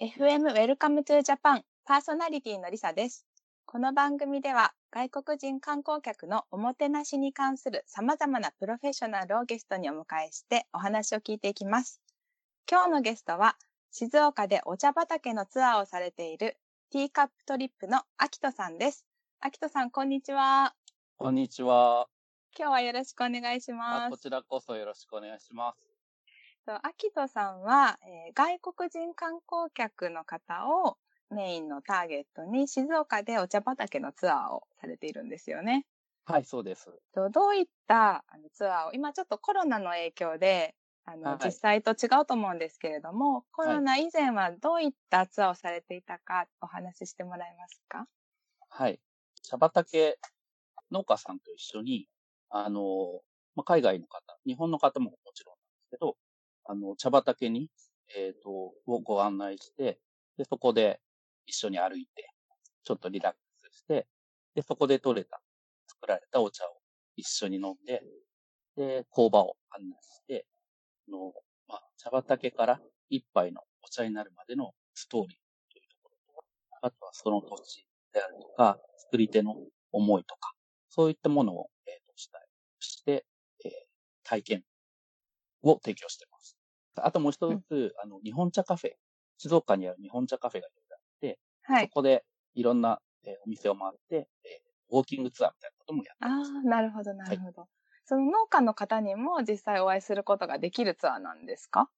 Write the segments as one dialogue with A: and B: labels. A: FM Welcome to Japan パーソナリティのりさです。この番組では外国人観光客のおもてなしに関する様々なプロフェッショナルをゲストにお迎えしてお話を聞いていきます。今日のゲストは静岡でお茶畑のツアーをされているティーカップトリップのアキトさんです。アキトさん、こんにちは。
B: こんにちは。
A: 今日はよろしくお願いします
B: あ。こちらこそよろしくお願いします。
A: そうアキトさんは、えー外国人観光客の方をメインのターゲットに静岡でお茶畑のツアーをされているんですよね。
B: はい、そうです。
A: とどういったあのツアーを、今ちょっとコロナの影響で、あの、
B: はい
A: 実際と違うと思うんですけれども、コロナ以前はどういったツアーをされていたかお話ししてもらえますか
B: はい。茶畑農家さんと一緒に、あの、まあ、海外の方、日本の方ももちろんなんですけど、あの、茶畑に、えっ、と、をご案内して、で、そこで一緒に歩いて、ちょっとリラックスして、で、そこで採れた、作られたお茶を一緒に飲んで、で、工場を案内して、あの、まあ、茶畑から一杯のお茶になるまでのストーリーというところと、あとはその土地であるとか、作り手の思いとか、そういったものを、えーと主体として、えー体験を提供しています。あともう一つ、あの、日本茶カフェ、静岡にある日本茶カフェがいろいろあって、
A: は
B: そ
A: い。
B: こでいろんな、えーお店を回って、えーウォーキングツアーみたいなこともやって
A: あ
B: ます。
A: あ、なるほど、なるほど。その農家の方にも実際お会いすることができるツアーなんですか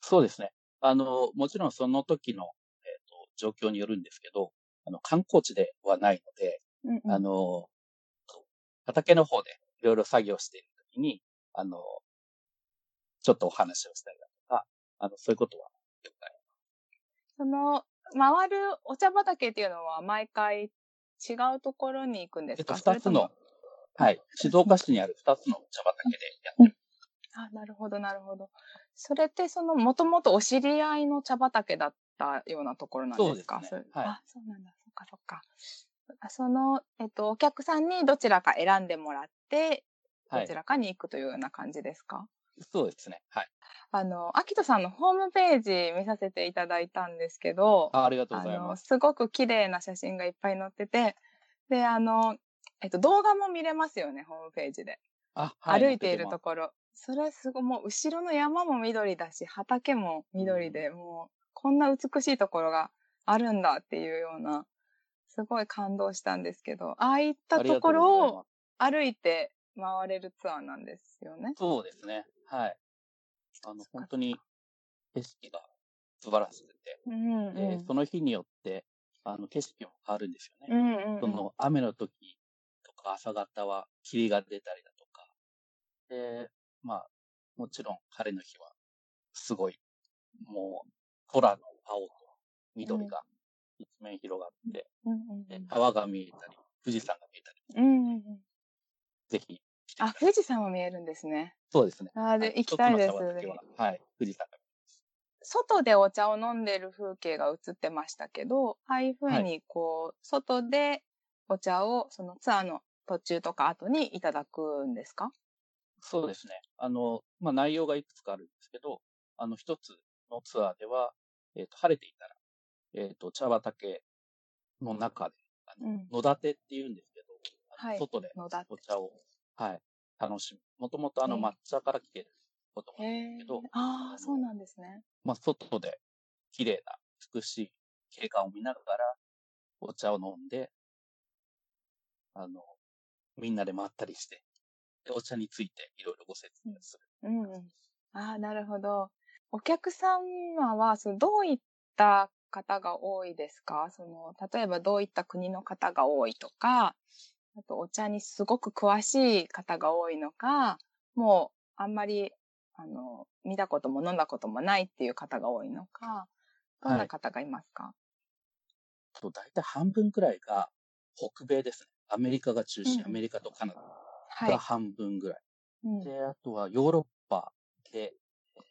B: そうですね。あの、もちろんその時の、えーと状況によるんですけど、あの、観光地ではないので、
A: うんうん
B: あの、畑の方でいろいろ作業しているときに、あの、ちょっとお話をしたりだとか、あの、そういうことはよくありま。
A: その、回るお茶畑っていうのは毎回違うところに行くんですす
B: えっと、
A: か
B: 二つ。
A: それとも
B: の、はい、静岡市にある二つの茶畑でやってる。
A: あ、なるほど、なるほど。それって、その、もともとお知り合いの茶畑だったようなところなんですか
B: そうですね
A: れ
B: はい
A: あ、そうなんだ。そっかそっか。あその、えっと、お客さんにどちらか選んでもらって、
B: は
A: ど
B: い
A: ち。らかに行くというような感じですか、
B: そうですね。はい。
A: あの、アキトさんのホームページ見させていただいたんですけど、
B: あありがとう
A: あ
B: ござい
A: の、
B: ます。
A: すごく綺麗な写真がいっぱい載ってて、で、あの、えっと、動画も見れますよね、ホームページで。
B: あ、
A: 歩いていると
B: こ。
A: ころ。それすごい、もう後ろの山も緑だし、畑も緑で、もう、こんな美しいところがあるんだっていうような、すごい感動したんですけど、ああいった
B: ありが
A: と
B: とう
A: こ
B: ございます
A: ろを歩いて回れるツアーなんですよね。
B: そうですね。はい。あの、
A: そっか
B: 本当に景色が素晴らしくて、
A: うんうん。
B: でその日によって、あの、景色も変わるんですよね。
A: うんうんうん
B: その雨の時とか朝方は霧が出たりだとか、で、まあ、もちろん晴れの日は、すごい、もう、空の青と緑が一面広がって、
A: うん
B: で川が見えたり、富士山が見えた
A: う
B: り、
A: んうんうんうん。
B: ぜひ、
A: あ、富士山も見えるんですね。
B: そうですね。
A: あー
B: は
A: で、
B: い
A: 行きたいです。
B: 一つの茶
A: ぜひ
B: 畑ははい、富士山が
A: 外でお茶を飲んでる風景が映ってましたけど、ああいう風にこう、外でお茶をそのツアーの途中とか後にいただくんですか
B: そうですね。あの、まあ、内容がいくつかあるんですけど、あの、一つのツアーでは、えっ、と、晴れていたら、えっ、と、茶畑の中で、あの、
A: うん
B: 野立てって言うんですけど、あの
A: はい
B: 外で
A: のだって
B: お。茶を、はい、楽しむ。もともとあの、
A: うん
B: 抹茶から来てること
A: へ
B: なんで
A: え
B: すけど、。
A: ああ、そうなんですね。
B: まあ、外で、綺麗な、美しい景観を見ながら、お茶を飲んで、あの、みんなでまったりして、でお茶についていろいろご説明する。
A: うんうん。ああ、なるほど。お客様は、そのどういった方が多いですかその、例えばどういった国の方が多いとか、あとお茶にすごく詳しい方が多いのか、もうあんまり、あの、見たことも飲んだこともないっていう方が多いのか、どん
B: は
A: ない方がいますか、
B: と大体半分くらいが北米ですね。アメリカが中
A: うんう
B: 心、
A: ん
B: アメリカとカナダ
A: はい。
B: が半分ぐらい。
A: うん
B: で、あとはヨーロッパでえー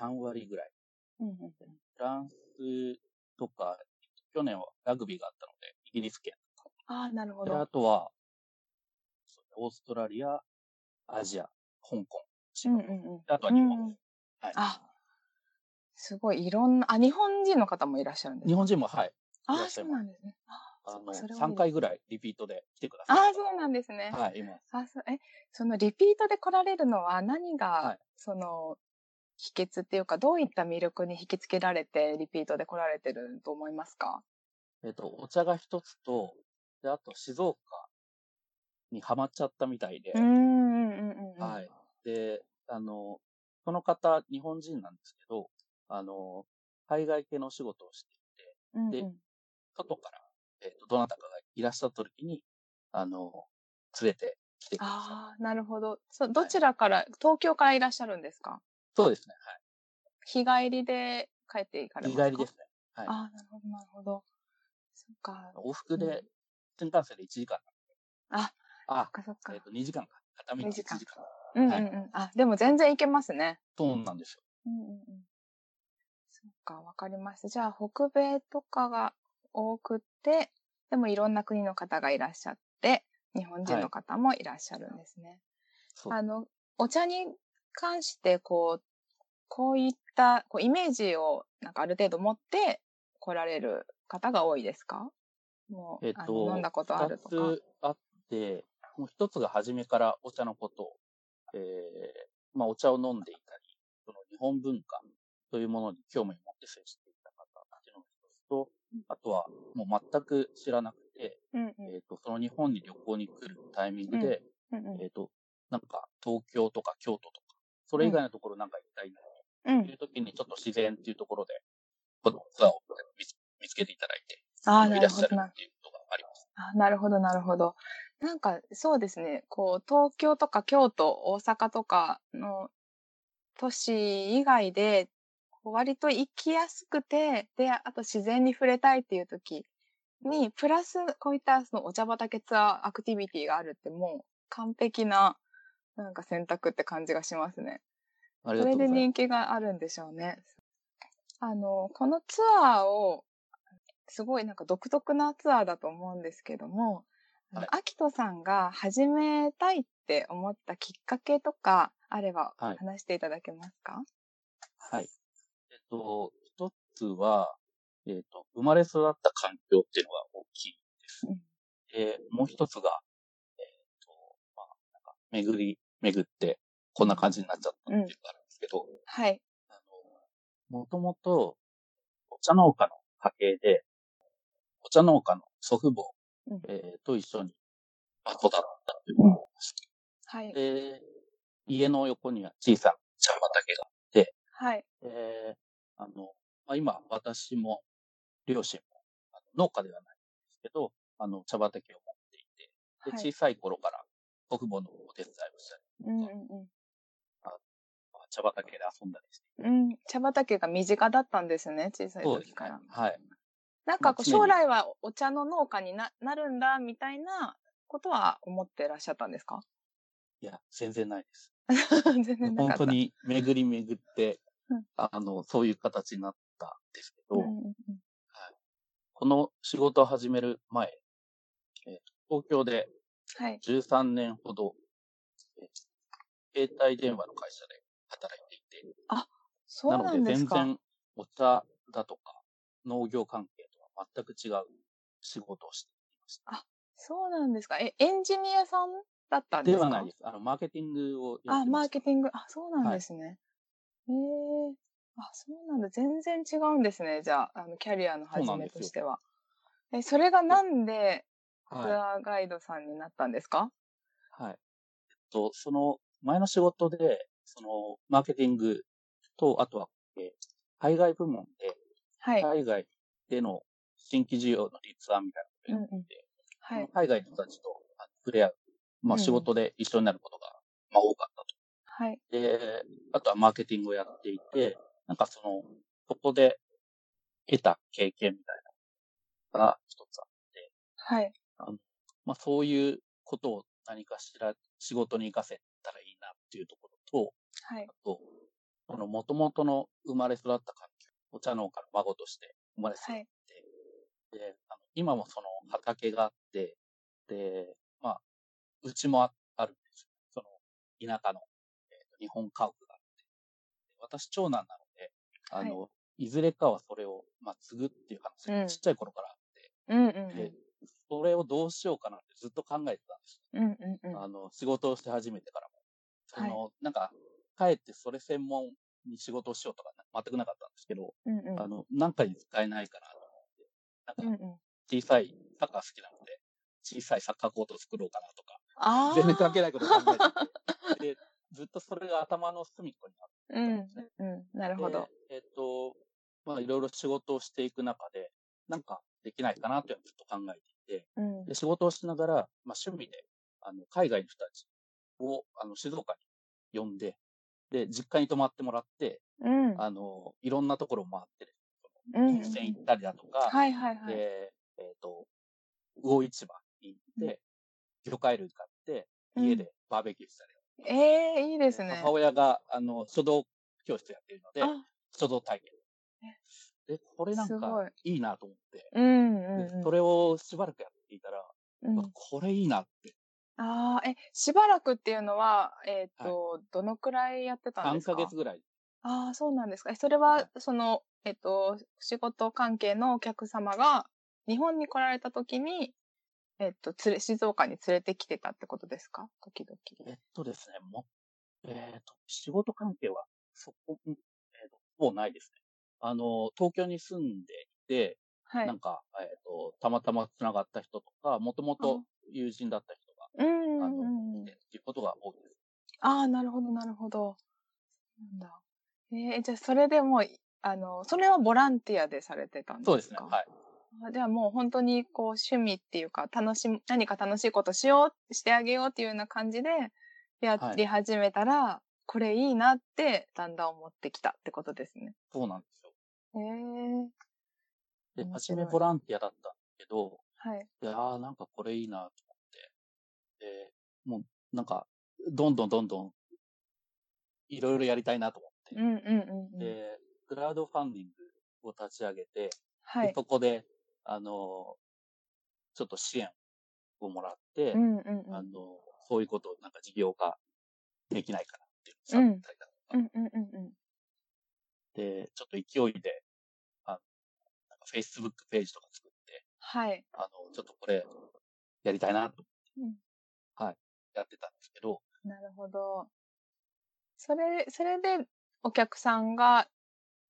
B: と3割ぐらい。
A: うんうん
B: フランスとか、去年はラグビーがあったので、イギリス圏。
A: ああ、なるほ
B: で、あ
A: ど。
B: とは、そうねオーストラリア、アジア、香港、
A: う
B: 千
A: ん
B: 葉
A: うんうん。
B: であとは日本。
A: うんうん
B: はい。
A: あ、すごい、いろんな、あ、日本人の方もいらっしゃるんです
B: 日
A: か
B: 本人も、はい。
A: あ
B: いら
A: あ、
B: っし
A: そ
B: ゃいうま
A: な
B: す
A: んですね。
B: あ
A: そっか
B: の、
A: それはいい
B: 3回ぐらいリピートで来てください。
A: ああ、そうなんですね。
B: はい、今。
A: あそえ、そのリピートで来られるのは何が、
B: はい
A: その、秘訣っていうか、どういった魅力に引きつけられて、リピートで来られてると思いますか
B: えっと、お茶が一つと、で、あと静岡にハマっちゃったみたいで、
A: うーん、うん、うん。うん
B: はい。。で、あの、この方、日本人なんですけど、あの、海外系のお仕事をしていて、
A: うん、う
B: で
A: ん。
B: 外から、えっと、どなたかがいらっしゃった時に、あの、連れてきてください。
A: ああ、なるほど。そどちらから、東京からいらっしゃるんですか
B: そうですね。
A: 日帰りで帰っていかれ
B: 日
A: ますか
B: 帰りですね。はい
A: ああ、なるほど、なるほど。そっか。
B: 往復
A: うん
B: で、新幹線で1時間なんで。
A: そ
B: あ
A: っ、かそっか
B: えっ。と、2時間か。片道1
A: 2
B: 時
A: 時
B: 間
A: 間。う
B: い
A: んうんうん。あ、でも全然行けますね。
B: そうなんですよ。
A: うんうんうん。そっか、わかりました。じゃあ、北米とかが多くて、でもいろんな国の方がいらっしゃって、日本人の方もいらっしゃるんですね。
B: そう。
A: あの、お茶に関して、こう、こういったこうイメージを、なんかある程度持って来られる方が多いですかもう、
B: えっ
A: あ
B: と
A: の、飲んだことあるとか
B: 二。つあって、もう一つが初めからお茶のことを、えーまあお茶を飲んでいたり、その日本文化というものに興味を持って接していた方っていうのが一つと
A: うん、
B: あとはもう全く知らなくて、
A: うんうん。
B: えっ、と、その日本に旅行に来るタイミングで、
A: うんうん
B: えっ、と、なんか東京とか京都とか、それ以外のところなんか行きたいな
A: う
B: とい
A: ん。
B: う時にちょっと自然っていうところで、このツアーを見つ見つけていただいて、
A: ああ、
B: い
A: な
B: ら
A: る
B: っ
A: ほ
B: し
A: ど
B: ゃる
A: な。
B: っていうことがあります。
A: あなるほど、なるほど。なんか、そうですね。こう、東京とか京都、大阪とかの都市以外で、こう割と行きやすくて、で、あと自然に触れたいっていう時に、プラスこういったそのお茶畑ツアーアクティビティがあるってもう完璧な、なんか選択って感じがしますね。
B: あり
A: そ
B: がと
A: れで
B: うございます。
A: 人気があるんでしょうね。あの、このツアーを、すごいなんか独特なツアーだと思うんですけども、あの
B: はい
A: アキトさんが始めたいって思ったきっかけとかあれば
B: はい
A: 話していただけますか、
B: はい。えっと、一つは、えっと、生まれ育った環境っていうのが大きいです
A: うん。
B: で、もう一つが、えっと、まあ、なんか、巡り、巡って、こんな感じになっちゃったっていうのがあるんですけど、
A: はい。
B: あの、もともと、お茶農家の家系で、お茶農家の祖父母、
A: うん
B: えーと一緒に、まあ、育ったっていうのがあります。
A: はい。
B: で、家の横には小さな茶畑が
A: はい。
B: えーあの、まあ、今、私も、両親も、あの農家ではないんですけど、あの、茶畑を持っていて、で、
A: はい
B: 小さい頃から、祖父母のお手伝いをしたり、
A: うんうん
B: まあ茶畑で遊んだりして、
A: うん。うん。茶畑が身近だったんですね、小さい時から。
B: はい。
A: なんかこう
B: もう常に
A: 将来はお茶の農家にななるんだ、みたいなことは思ってらっしゃったんですか
B: いや、全然ないです。
A: 全然なか
B: 本
A: った。
B: 当に、巡り巡って
A: うん、
B: あの、そういう形になったんですけ
A: う
B: ど、
A: んうんうん。
B: この仕事を始める前、えー東京で
A: はい。
B: 13年ほど、えー携帯電話の会社で働いていて、
A: そう
B: な
A: な
B: の
A: ん
B: で
A: です
B: 全
A: か。
B: 然お茶だとか農業関係とは全く違う仕事をしていまし
A: そうなんですか。え、エンジニアさんだった
B: た。
A: んで
B: です
A: か
B: はないです。あの、マーケティングをやっ
A: あ、
B: てま
A: マ
B: し
A: ー
B: た
A: ケ。ティング。あ、そうなん
B: はい
A: ですね。へえあ、そうなんだ。全然違うんですね。じゃあ、あの、キャリアの
B: そう
A: 始
B: なん
A: め
B: です
A: と
B: よ
A: しては。え、それがなんで、ツ
B: はい。
A: アーガイドさんになったんですか
B: はい。えっと、その前の仕事で、そのマーケティングと、あとは、えー海外部門で、
A: はい。
B: 海外での新規需要の立案みたい
A: うん
B: なのをやっ
A: うん。
B: て、
A: は
B: その
A: い。
B: 海外の人たちとあの触れ合う、まあ
A: うんうん
B: 仕事で一緒になることが、まあ多かったと。
A: はい。
B: で、あとはマーケティングをやっていて、なんかその、そこで得た経験みたいなのが一つある。
A: はい。
B: まあそういうことを何かしら仕事に活かせたらいいなっていうところ
A: はい
B: と、あ。と、その元々の生まれ育った環境、お茶農家の孫として生まれ育
A: はい。
B: って、あの今もその畑があって、で、まあ、うちもああるんですよ。その、田舎の、えーと日本家屋があって。私、長男なので、あの、いずれかはそれを、まあ、継ぐっていう話
A: うん
B: がちっちゃい頃からあって、
A: うん
B: で、それをどうしようかなってずっと考えてたんです
A: うんうんうんうん
B: あの、仕事をして始めてからも。そ
A: はい
B: の、なんか、帰ってそれ専門に仕事をしようとかな全くなかったんですけど、
A: うんうん
B: あの、なんかに使えないか
A: うん
B: なと思って、なんか
A: うん
B: 小さい、サッカー好きなので、小さいサッカーコートを作ろうかなとか、
A: あー
B: 全然関係ないこと考えてて、で、ずっとそれが頭の隅っこにあっ
A: うんうんなる
B: て、
A: ほど
B: えっと、まあ、いろいろ仕事をしていく中で、なんかできないかなというのをずっと考えていて、
A: うん
B: で仕事をしながら、まあ、趣味で、あの、海外の人たちを、あの、静岡に呼んで、で、実家に泊まってもらって、
A: うん
B: あの、いろんなところを回って
A: う
B: る。
A: ん
B: 温泉行ったりだとか、
A: はいはいはい
B: で、えっ、と、魚市場に行って、魚介類買って、
A: うん
B: 家でバーベキューしたり、
A: ええいいですね
B: 母親が、あの、書道教室やってるので、
A: あ
B: 書道体験。で、これなん
A: すごい
B: かいいなと思って、
A: うん
B: で
A: うんうん
B: それをしばらくやっていたら、
A: うん
B: うわこれいいなって、
A: ああえしばらくっていうのはえっとどのくらいやってたんで
B: 3
A: すか
B: ヶ月ぐらい。
A: ああ、そうなんですか。えそれ
B: は、
A: はいその、えっと、仕事関係のお客様が、日本に来られた時に、えっと、連れ、静岡に連れてきてたってことですか時々。
B: えっとですね、もう、えっと、仕事関係は、そこ、んえっと、ほぼないですね。あの、東京に住んでいて、
A: はい
B: なん。か、えっと、たまたま繋がった人とか、もともと友人だった人が、
A: うんうん
B: あ
A: うんう
B: の、
A: ん
B: いてっていうことが多いです。
A: ああ、なるほど、なるほど。なんだ。えー、じゃあ、それでもう、あの、それはボランティアでされてたんですか
B: そうですね、はい。
A: あではもう本当にこう趣味っていうか楽しむ何か楽しいことしようしてあげようっていうような感じでや
B: はい
A: り始めたら、これいいなってだんだん思ってきたってことですね。
B: そうなんです
A: へ
B: よ。
A: え
B: で、
A: 面
B: 初
A: 白い
B: めボランティアだったんですけど、
A: はい。
B: いやーなんかこれいいなと思って、で、もうなんか、どんどんどんどん、いろいろやりたいなと思って、
A: うんうんうんうん。
B: で、クラウドファンディングを立ち上げて、
A: はい。
B: そこで、あのー、ちょっと支援をもらって、
A: うんうんうん。
B: あのー、そういうことをなんか事業化できないかなっていうのを探ったり
A: う
B: だ
A: んうんうんうん。
B: とか、で、ちょっと勢いで、あの、なんか Facebook ページとか作って、
A: はい。
B: あの、ちょっとこれ、やりたいなと
A: うん
B: やってたんですけど、
A: なるほど。それ、それでお客さんが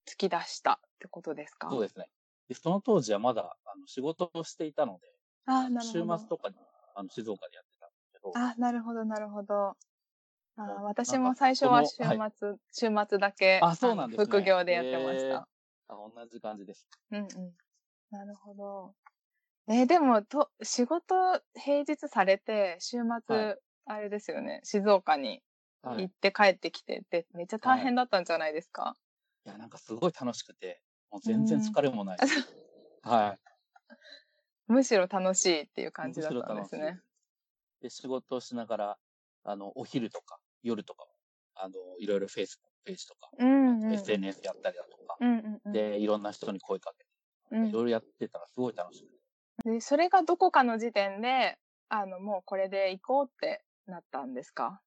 A: 突き出したってことですか
B: そうですね。で、その当時はまだ、あの、仕事をしていたので、
A: あーなるほ
B: 週
A: ど。
B: 末とかに、あの、静岡でやってたんですけど、
A: あ、なるほど、なるほど。あ
B: もう
A: 私
B: な
A: も
B: んか
A: 最初は
B: こ
A: 週末、
B: のは
A: 週末だけ
B: あそうなんですね
A: あの副業でやってました。
B: あ同じ感じです。
A: うんうん。なるほど。えーでもと、仕事平日されて、週末、
B: は
A: あれですよね、静岡に
B: は
A: 行
B: い
A: っ。て帰ってきてって、めっちゃ大変だったんじゃないですか、
B: いや、なんかすごい楽しくて、もう全然疲れもない。は
A: むしろ楽しいっていう
B: い。
A: 感じだったんです
B: むしろ楽
A: ね
B: し。い。で、仕事をしながら、あの、お昼とか、夜とかも、あの、いろいろフェイスページとか、
A: うんうん。
B: SNS やったりだとか、
A: うんうんうん、
B: で、いろんな人に声かけ
A: う
B: て、
A: ん
B: いろいろやってたらすごい楽しくて。
A: で、それがどこかの時点で、あの、もうこれで行こうってなったんですか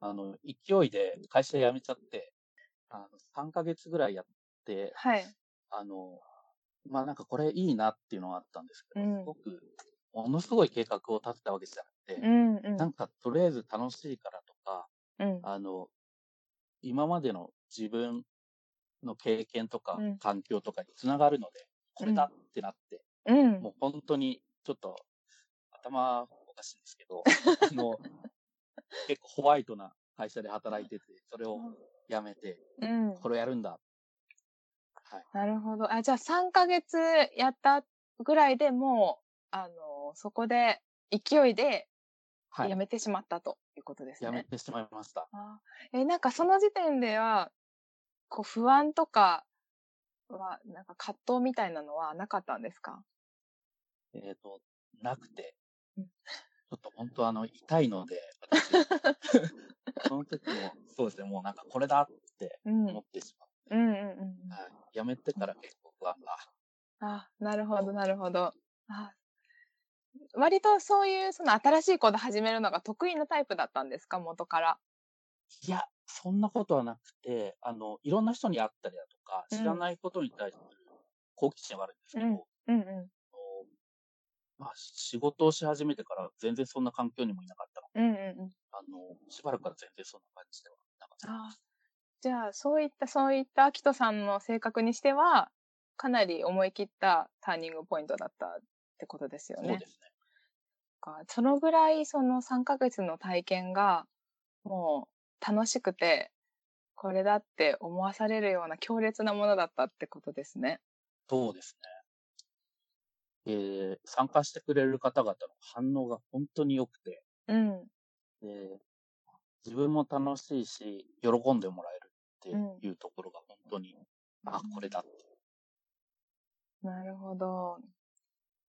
B: あの、勢いで会社辞めちゃって、あの、3ヶ月ぐらいやって、
A: はい。
B: あの、まあなんかこれいいなっていうのはあったんですけど、
A: うん
B: すごく、ものすごい計画を立てたわけじゃなくて、
A: うんうん。
B: なんかとりあえず楽しいからとか、
A: うん。
B: あの、今までの自分の経験とか
A: うん
B: 環境とかにつながるので、これだってなって、
A: うん
B: も。う本当にちょっと頭おかしいんですけ ど、あの、結構ホワイトな会社で働いてて、それを辞めて、
A: うん。
B: これをやるんだ。はい。
A: なるほど。あ、じゃあ3ヶ月やったぐらいでもう、あの、そこで勢いで
B: は
A: 辞
B: い。
A: めてしまったということですね。
B: 辞めてしまいました。
A: あーえ、なんかその時点では、こう不安とかは、なんか葛藤みたいなのはなかったんですか
B: えっ、と、なくて、
A: う
B: ち
A: ん
B: ょっと本当あの、痛いので、私、 その時も、そうですね、もうなんかこれだって
A: うん。うん
B: 思ってしまう。
A: うんうんうん。
B: はい。やめてから結構不安が。
A: あ、なるほど、なるほど。あ割とそういう、その新しいこと始めるのが得意なタイプだったんですか元から。
B: いや、そんなことはなくて、あの、いろんな人に会ったりだとか、
A: うん
B: 知らないことに対する好奇心はあるんですけど、
A: んうんう
B: あのまあ、仕事をし始めてから全然そんな環境にもいなかったの
A: ん。
B: で
A: うんうんうん。
B: あの、しばらくは全然そんな感じではなかったです。
A: ああ。じゃあ、そういった、そういったアキトさんの性格にしては、かなり思い切ったターニングポイントだったってことですよ
B: そう
A: ね
B: で。すね。
A: かそのぐらいその3ヶ月の体験がもう楽しくてこれだって思わされるような強烈なものだったってことですね。
B: そうですね。えー参加してくれる方々の反応が本当に良くて、
A: うん。う
B: で自分も楽しいし、喜んでもらえるっていうところが本当に、あ、これだって。
A: なるほど。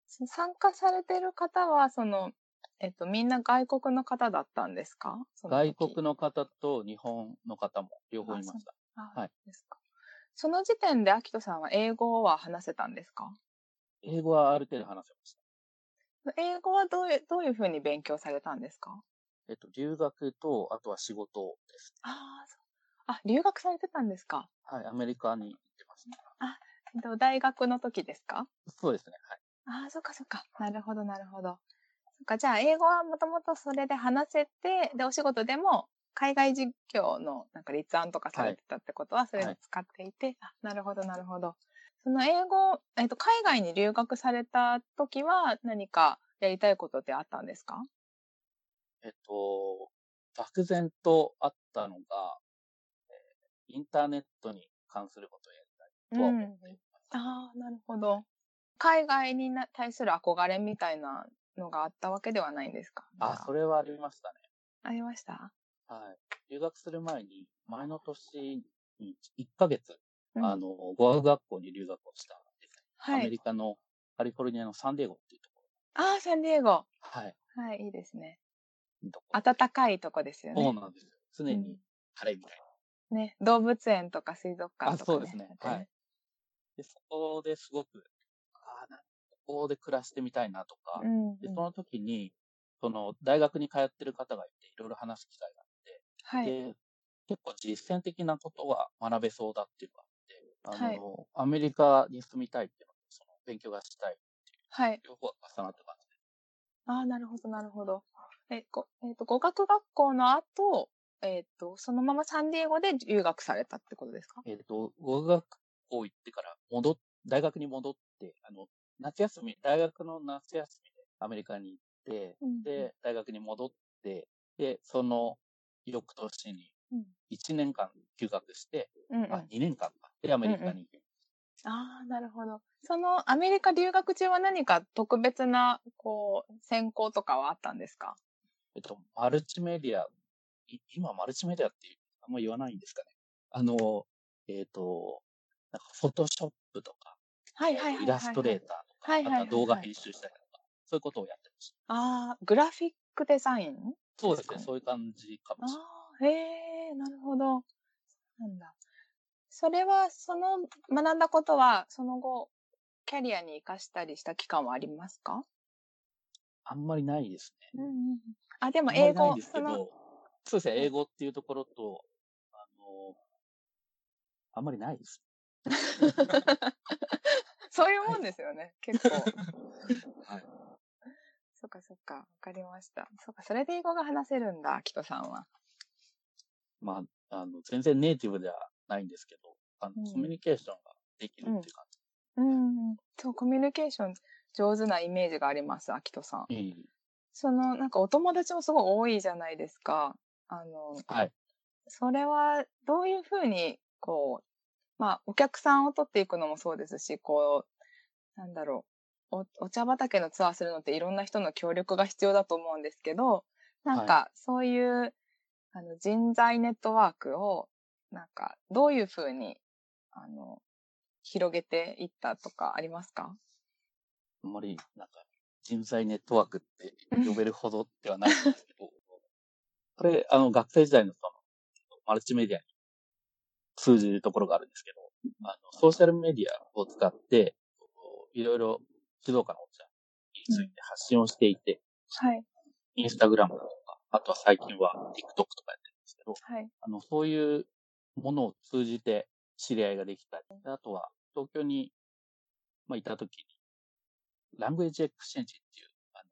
A: そ参加されてる方はその、えっと、みんな外国の方だったんですか
B: 外国
A: の時
B: の方と日本の方も両方いました。
A: あ
B: はい
A: ですか。その時点でアキトさんは英語は話せたんですか
B: 英語はある程度話せました。
A: 英語はどういう、どういうふうに勉強されたんですか
B: えっと、留学と、あとは仕事です。
A: ああ、そうあ、留学されてたんですか
B: はい、アメリカに行ってますね。
A: えっと大学の時ですか
B: そうですね。はい。
A: ああ、そっかそっか。なるほど、なるほど。そっか、じゃあ、英語はもともとそれで話せて、で、お仕事でも、海外事業のなんか立案とかされてたってことは、それを使っていて、あ、なるほど、なるほど。その英語、えっと、海外に留学された時は、何かやりたいことってあったんですか
B: えっと、漠然とあったのが、えーインターネットに関することをやりたいとは思っています。
A: ああ、なるほど。海外にな対する憧れみたいなのがあったわけではないんですか
B: あ、それはありましたね。
A: ありました
B: はい。留学する前に、前の年に1ヶ月、
A: うん
B: あの、語学学校に留学をしたんですね、
A: は
B: アメ
A: い。
B: リカのカリフォルニアのサンディエゴっていうとこ
A: ああ、サンディエゴ。
B: ろ。はい。
A: はい、いいですね。
B: いいとこ
A: 暖かいとこですよね。
B: そうなんですよ。常
A: うん
B: に晴れみたい
A: ね、動物園とか水族
B: な。
A: 館と
B: あ、
A: か、ね。
B: そうですね
A: あ。って
B: はい。。で、そこですごく、ああ、なんかここで暮らしてみたいなとか、
A: うん、うん
B: で、その時に、その、大学に通ってる方がいて、いろいろ話す機会があ
A: は
B: っ
A: い。
B: て、結構実践的なことは学べそうだっていうのがあって、
A: はい
B: あの、アメリカに住みたいっていうのと、その、勉強がしたい、
A: はい。
B: 両方が重なって感じで。
A: ああ、なるほど、なるほど。え、ご、えっ、と、語学学校の後、えっ、と、そのままサンディエゴで留学されたってことですか
B: えっ、と、語学校行ってから、戻っ、大学に戻って、あの、夏休み、大学の夏休みでアメリカに行って、
A: うん
B: で、大学に戻って、で、その、翌年に
A: うん。
B: 1年間休学して、
A: うん、うん。
B: あ
A: あ、
B: 2年間か。で、アメリカに行く。
A: あー、なるほど。その、アメリカ留学中は何か特別な、こう、専攻とかはあったんですか
B: えっと、マルチメディア、い今マルチメディアってあんま言わないんですかね。あの、えっ、と、なんかフォトショップとか、
A: はいはいはいはい、はい。
B: イラストレーターとか、
A: はいはいはいはい
B: あとは動画編集したりとか、そういうことをやってました。
A: ああ、グラフィックデザイン
B: そうで
A: です
B: す
A: か
B: ね、
A: ね
B: そういう感じかも
A: あ
B: しれない。
A: あ、へえ、なるほど。そうなんだ。それは、その、学んだことは、その後、キャリアに生かしたりした期間はありますか
B: あんまりないですね。
A: うんうん。あ、でも
B: あんま
A: 英
B: りない
A: 語、
B: んですけ
A: その、
B: ど、そうですね、
A: うん
B: 英語っていうところと、あの、あんまりないです。
A: そういうもんですよね、結構。
B: はい。
A: そっかそっか、わかりました。そっか、それで英語が話せるんだ、アキトさんは。
B: まあ、あの、全然ネイティブではないんですけど、あの、
A: うん
B: コミュニケーションができるっていう感じ。
A: うんうん。そう、コミュニケーション上手なイメージがあります、アキトさん。
B: いい
A: その、なんかお友達もすごい多いじゃないですか。あの、
B: はい。
A: それはどういうふうに、こう、まあ、お客さんを取っていくのもそうですし、こう、なんだろう、おお茶畑のツアーするのっていろんな人の協力が必要だと思うんですけど、なんかそういう、あの人材ネットワークを、なんかどういうふうに、あの、広げていったとかありますか
B: あんまり、なんか、人材ネットワークって呼べるほどではないんですけど、 これ、あの、学生時代のその、マルチメディアに通じるところがあるんですけど、あの、ソーシャルメディアを使って、こういろいろ静岡のお茶について発信をしていて、
A: はい。
B: インスタグラムだとか、あとは最近は TikTok とかやってるんですけけど、
A: はい。
B: あの、そういうものを通じて知り合いができたり、であとは東京に、まあ、いた時に、ラングエージエクシェンジっていう、あの、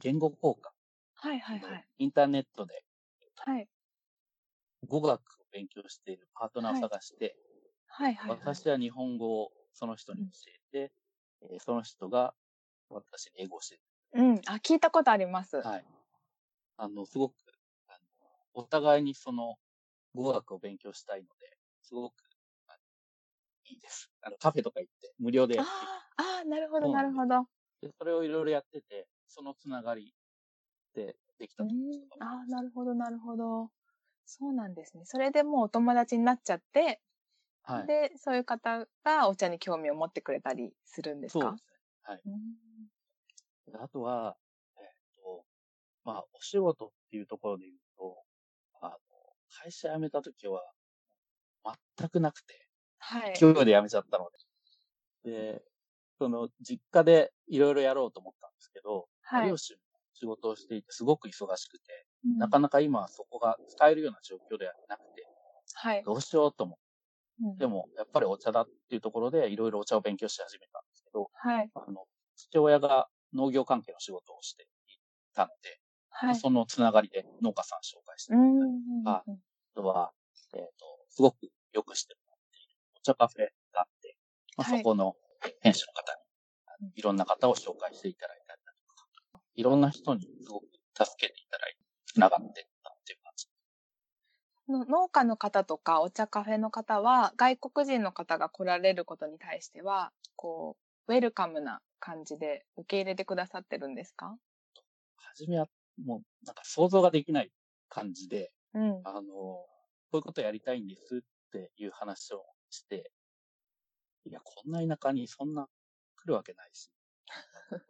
B: 言語交換、
A: はいはいは
B: あの
A: い。
B: インターネットで
A: はい。
B: 語学を勉強しているパートナーを探して、
A: はいはいはい。
B: 私は日本語をその人に教えて、えーその人が私に英語を教え
A: う
B: て
A: ん。あ、聞いたことあります。
B: はい。あの、すごく、あのお互いにその、語学を勉強したいので、すごく、あいいです。あの、カフェとか行って、無料で
A: あ
B: や
A: ー
B: って
A: あー、なるほど
B: そう
A: な
B: な
A: る
B: んです
A: ほど。
B: でそれをいろいろやってて、そのつながりででき
A: う
B: た
A: ん
B: と思うんですけど
A: ああ、なるほど、なるほど。そうなんですね。それでもうお友達になっちゃって、
B: はい。
A: で、そういう方がお茶に興味を持ってくれたりするんです
B: そう
A: か
B: です
A: う
B: ね。であとは、えっ、と、まあ、お仕事っていうところで言うと、あの、会社辞めた時は、全くなくて、
A: んはい。
B: 勢いで辞めちゃったので。で、その、実家でいろいろやろうと思ったんですけど、
A: はい
B: 両親も仕事をしていてすごく忙しくて、
A: うん
B: なかなか今はそこが使えるような状況ではなくて、
A: はい。
B: どうしようと思
A: うん
B: って、でも、やっぱりお茶だっていうところでいろいろお茶を勉強し始めたんですけど、
A: はい。
B: あの、父親が農業関係の仕事をしていたので、
A: はい。
B: そのつながりで農家さん紹介して
A: う
B: もら
A: ん
B: ったり
A: うん
B: あ
A: うん
B: あとは、えっ、と、すごくよくしてもらっているお茶カフェがあって、まあ、
A: は
B: そ
A: い
B: この店主の方に、あのいろんな方を紹介していただいたりだとか、いろんな人にすごく助けていただいて、繋がっていったっていう感じ。
A: の農家の方とかお茶カフェの方は、外国人の方が来られることに対しては、こう、ウェルカムな感じで受け入れてくださってるんですか
B: 初めは、もう、なんか想像ができない感じで、
A: うん。
B: あの、こういうことやりたいんですっていう話をして、いや、こんな田舎にそんな来るわけないし、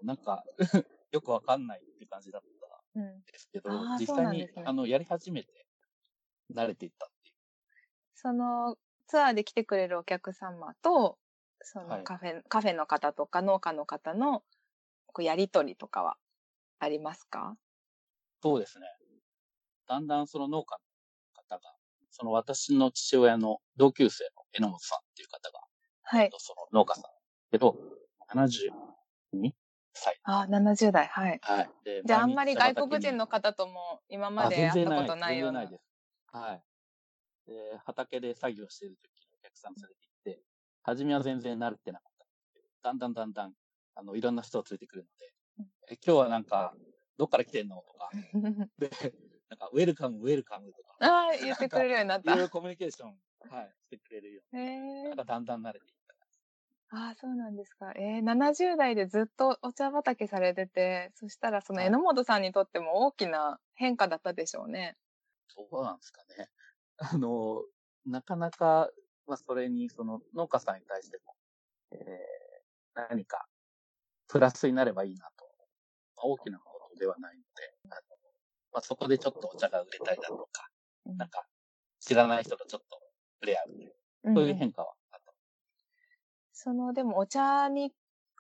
B: なんか、 よくわかんないって感じだった
A: うん
B: ですけど
A: あ、ー
B: 実
A: そう
B: 際
A: なん
B: に、
A: ですね
B: あの、やり始めて、慣れていったっていう。
A: そのツアーで来てくれるお客様と、そ
B: は
A: の
B: い
A: カフェ、カフェの方とか農家の方のこうやりとりとかはありますか
B: そうですね。だんだんその農家の方が、その私の父親の同級生の榎本さんっていう方が、
A: は
B: えっ
A: い
B: と。その農家さんなんですけど、72歳。
A: あ、70代、はい。
B: はい。で
A: じゃああんまり外国人
B: の
A: の方とも今ま
B: あ、
A: で会っ
B: 全然
A: た
B: ない。
A: ことないような。
B: 全然ないです。はい。で、畑で作業してる時にお客さん連れて行って、初めは全然慣れてなかったんですけど。だんだんだんだん、あの、いろんな人を連れてくるの
A: うん
B: で、え今日はなんか、どっから来てんのとか、で、なんか、ウェルカム、ウェルカムとか、
A: ああ、言ってくれるようになっ
B: いろ
A: た。
B: いろ
A: へ
B: コミュニケーション、はい、してくれるよ
A: え
B: うに。なんか、だんだん慣れていった。
A: ああ、そうなんですか。えー、70代でずっとお茶畑されてて、そしたらその
B: はい
A: 榎本さんにとっても大きな変化だったでしょうね。
B: そうなんですかね。 あの、なかなか、まあ、それに、その、農家さんに対しても、えー、何か、プラスになればいいなと。まあ、大きなことではないので、あのまあ、そこでちょっとお茶が売れたりだとか、
A: うん
B: なんか、知らない人とちょっと触れ合うみたいな。そういう変化はあった。
A: そのでもお茶に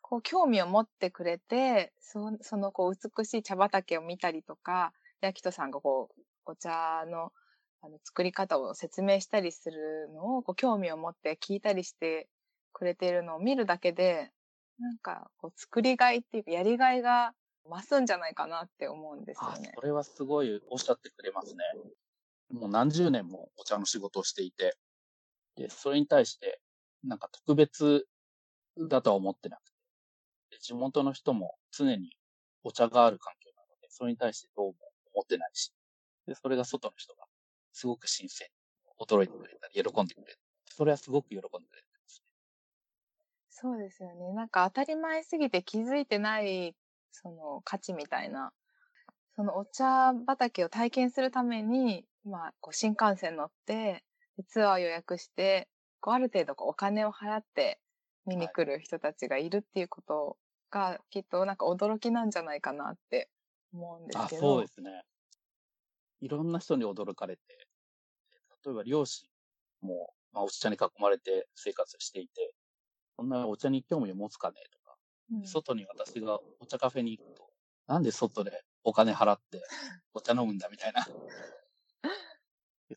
A: こう興味を持ってくれてそそのこう美しい茶畑を見たりとかヤキトさんがこうお茶のあの作り方を説明したりするのをこう興味を持って聞いたりしてくれているのを見るだけでなんかこう作りがいっていうかやりがいが増すんじゃないかなって思うんですよ
B: あ、
A: ね。
B: それはすごいおっしゃってくれますね。もう何十年もお茶の仕事をしていて、で、それに対して、なんか特別だとは思ってなくて、で地元の人も常にお茶がある環境なので、それに対してどうも思ってないし、で、それが外の人がすごく新鮮に驚いてくれたり、喜んでくれたり、それはすごく喜んでくれてます
A: そうですよね。なんか当たり前すぎて気づいてない、その価値みたいな。そのお茶畑を体験するために、まあ、こう新幹線乗って、でツアー予約して、こうある程度こうお金を払って見に来る人たちがいるっていうことが、きっとなんか驚きなんじゃないかなって思うんです
B: ね。あ、
A: け
B: そう
A: ど
B: で。すね。いろんな人に驚かれて、例えば両親も、まあ、お茶に囲まれて生活していて、そんなお茶に興味を持つかねとか、
A: うん
B: 外に私がお茶カフェに行くと、なんで外でお金払ってお茶飲むんだみたいな。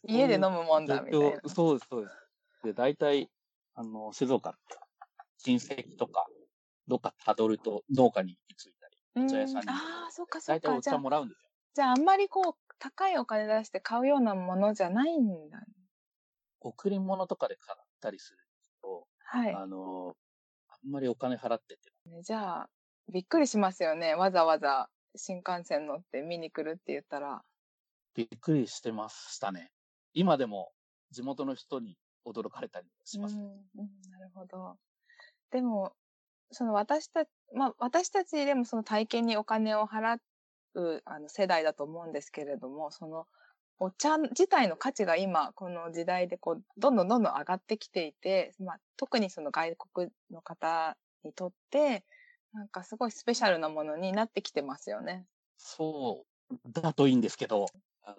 A: 家で飲むもんだ、みたいな
B: 状況。そうです、そうです。で、大体、あの、静岡って、親戚とか、どっか辿ると農家に行き着いたり、
A: うん
B: 茶屋さんに
A: ああ、そっかそっ
B: 大体
A: か。
B: お
A: じゃ
B: 茶
A: あ、
B: もらうんですよ。
A: じゃああんまりこう、高いお金出して買うようなものじゃないんだ。
B: 贈り物とかで買ったりするんですけど、
A: はい。
B: あの、あんまりお金払ってって、
A: じゃあ、びっくりしますよね。わざわざ新幹線乗って見に来るって言ったら。
B: びっくりしてましたね。今でも地元の人に驚かれたりします。
A: うん、うん、なるほど。でも、その私たち、まあ私たちでもその体験にお金を払うあの世代だと思うんですけれども、そのお茶自体の価値が今、この時代でこう、どんどんどんどん上がってきていて、まあ特にその外国の方にとって、なんかすごいスペシャルなものになってきてますよね。
B: そうだといいんですけど、あの、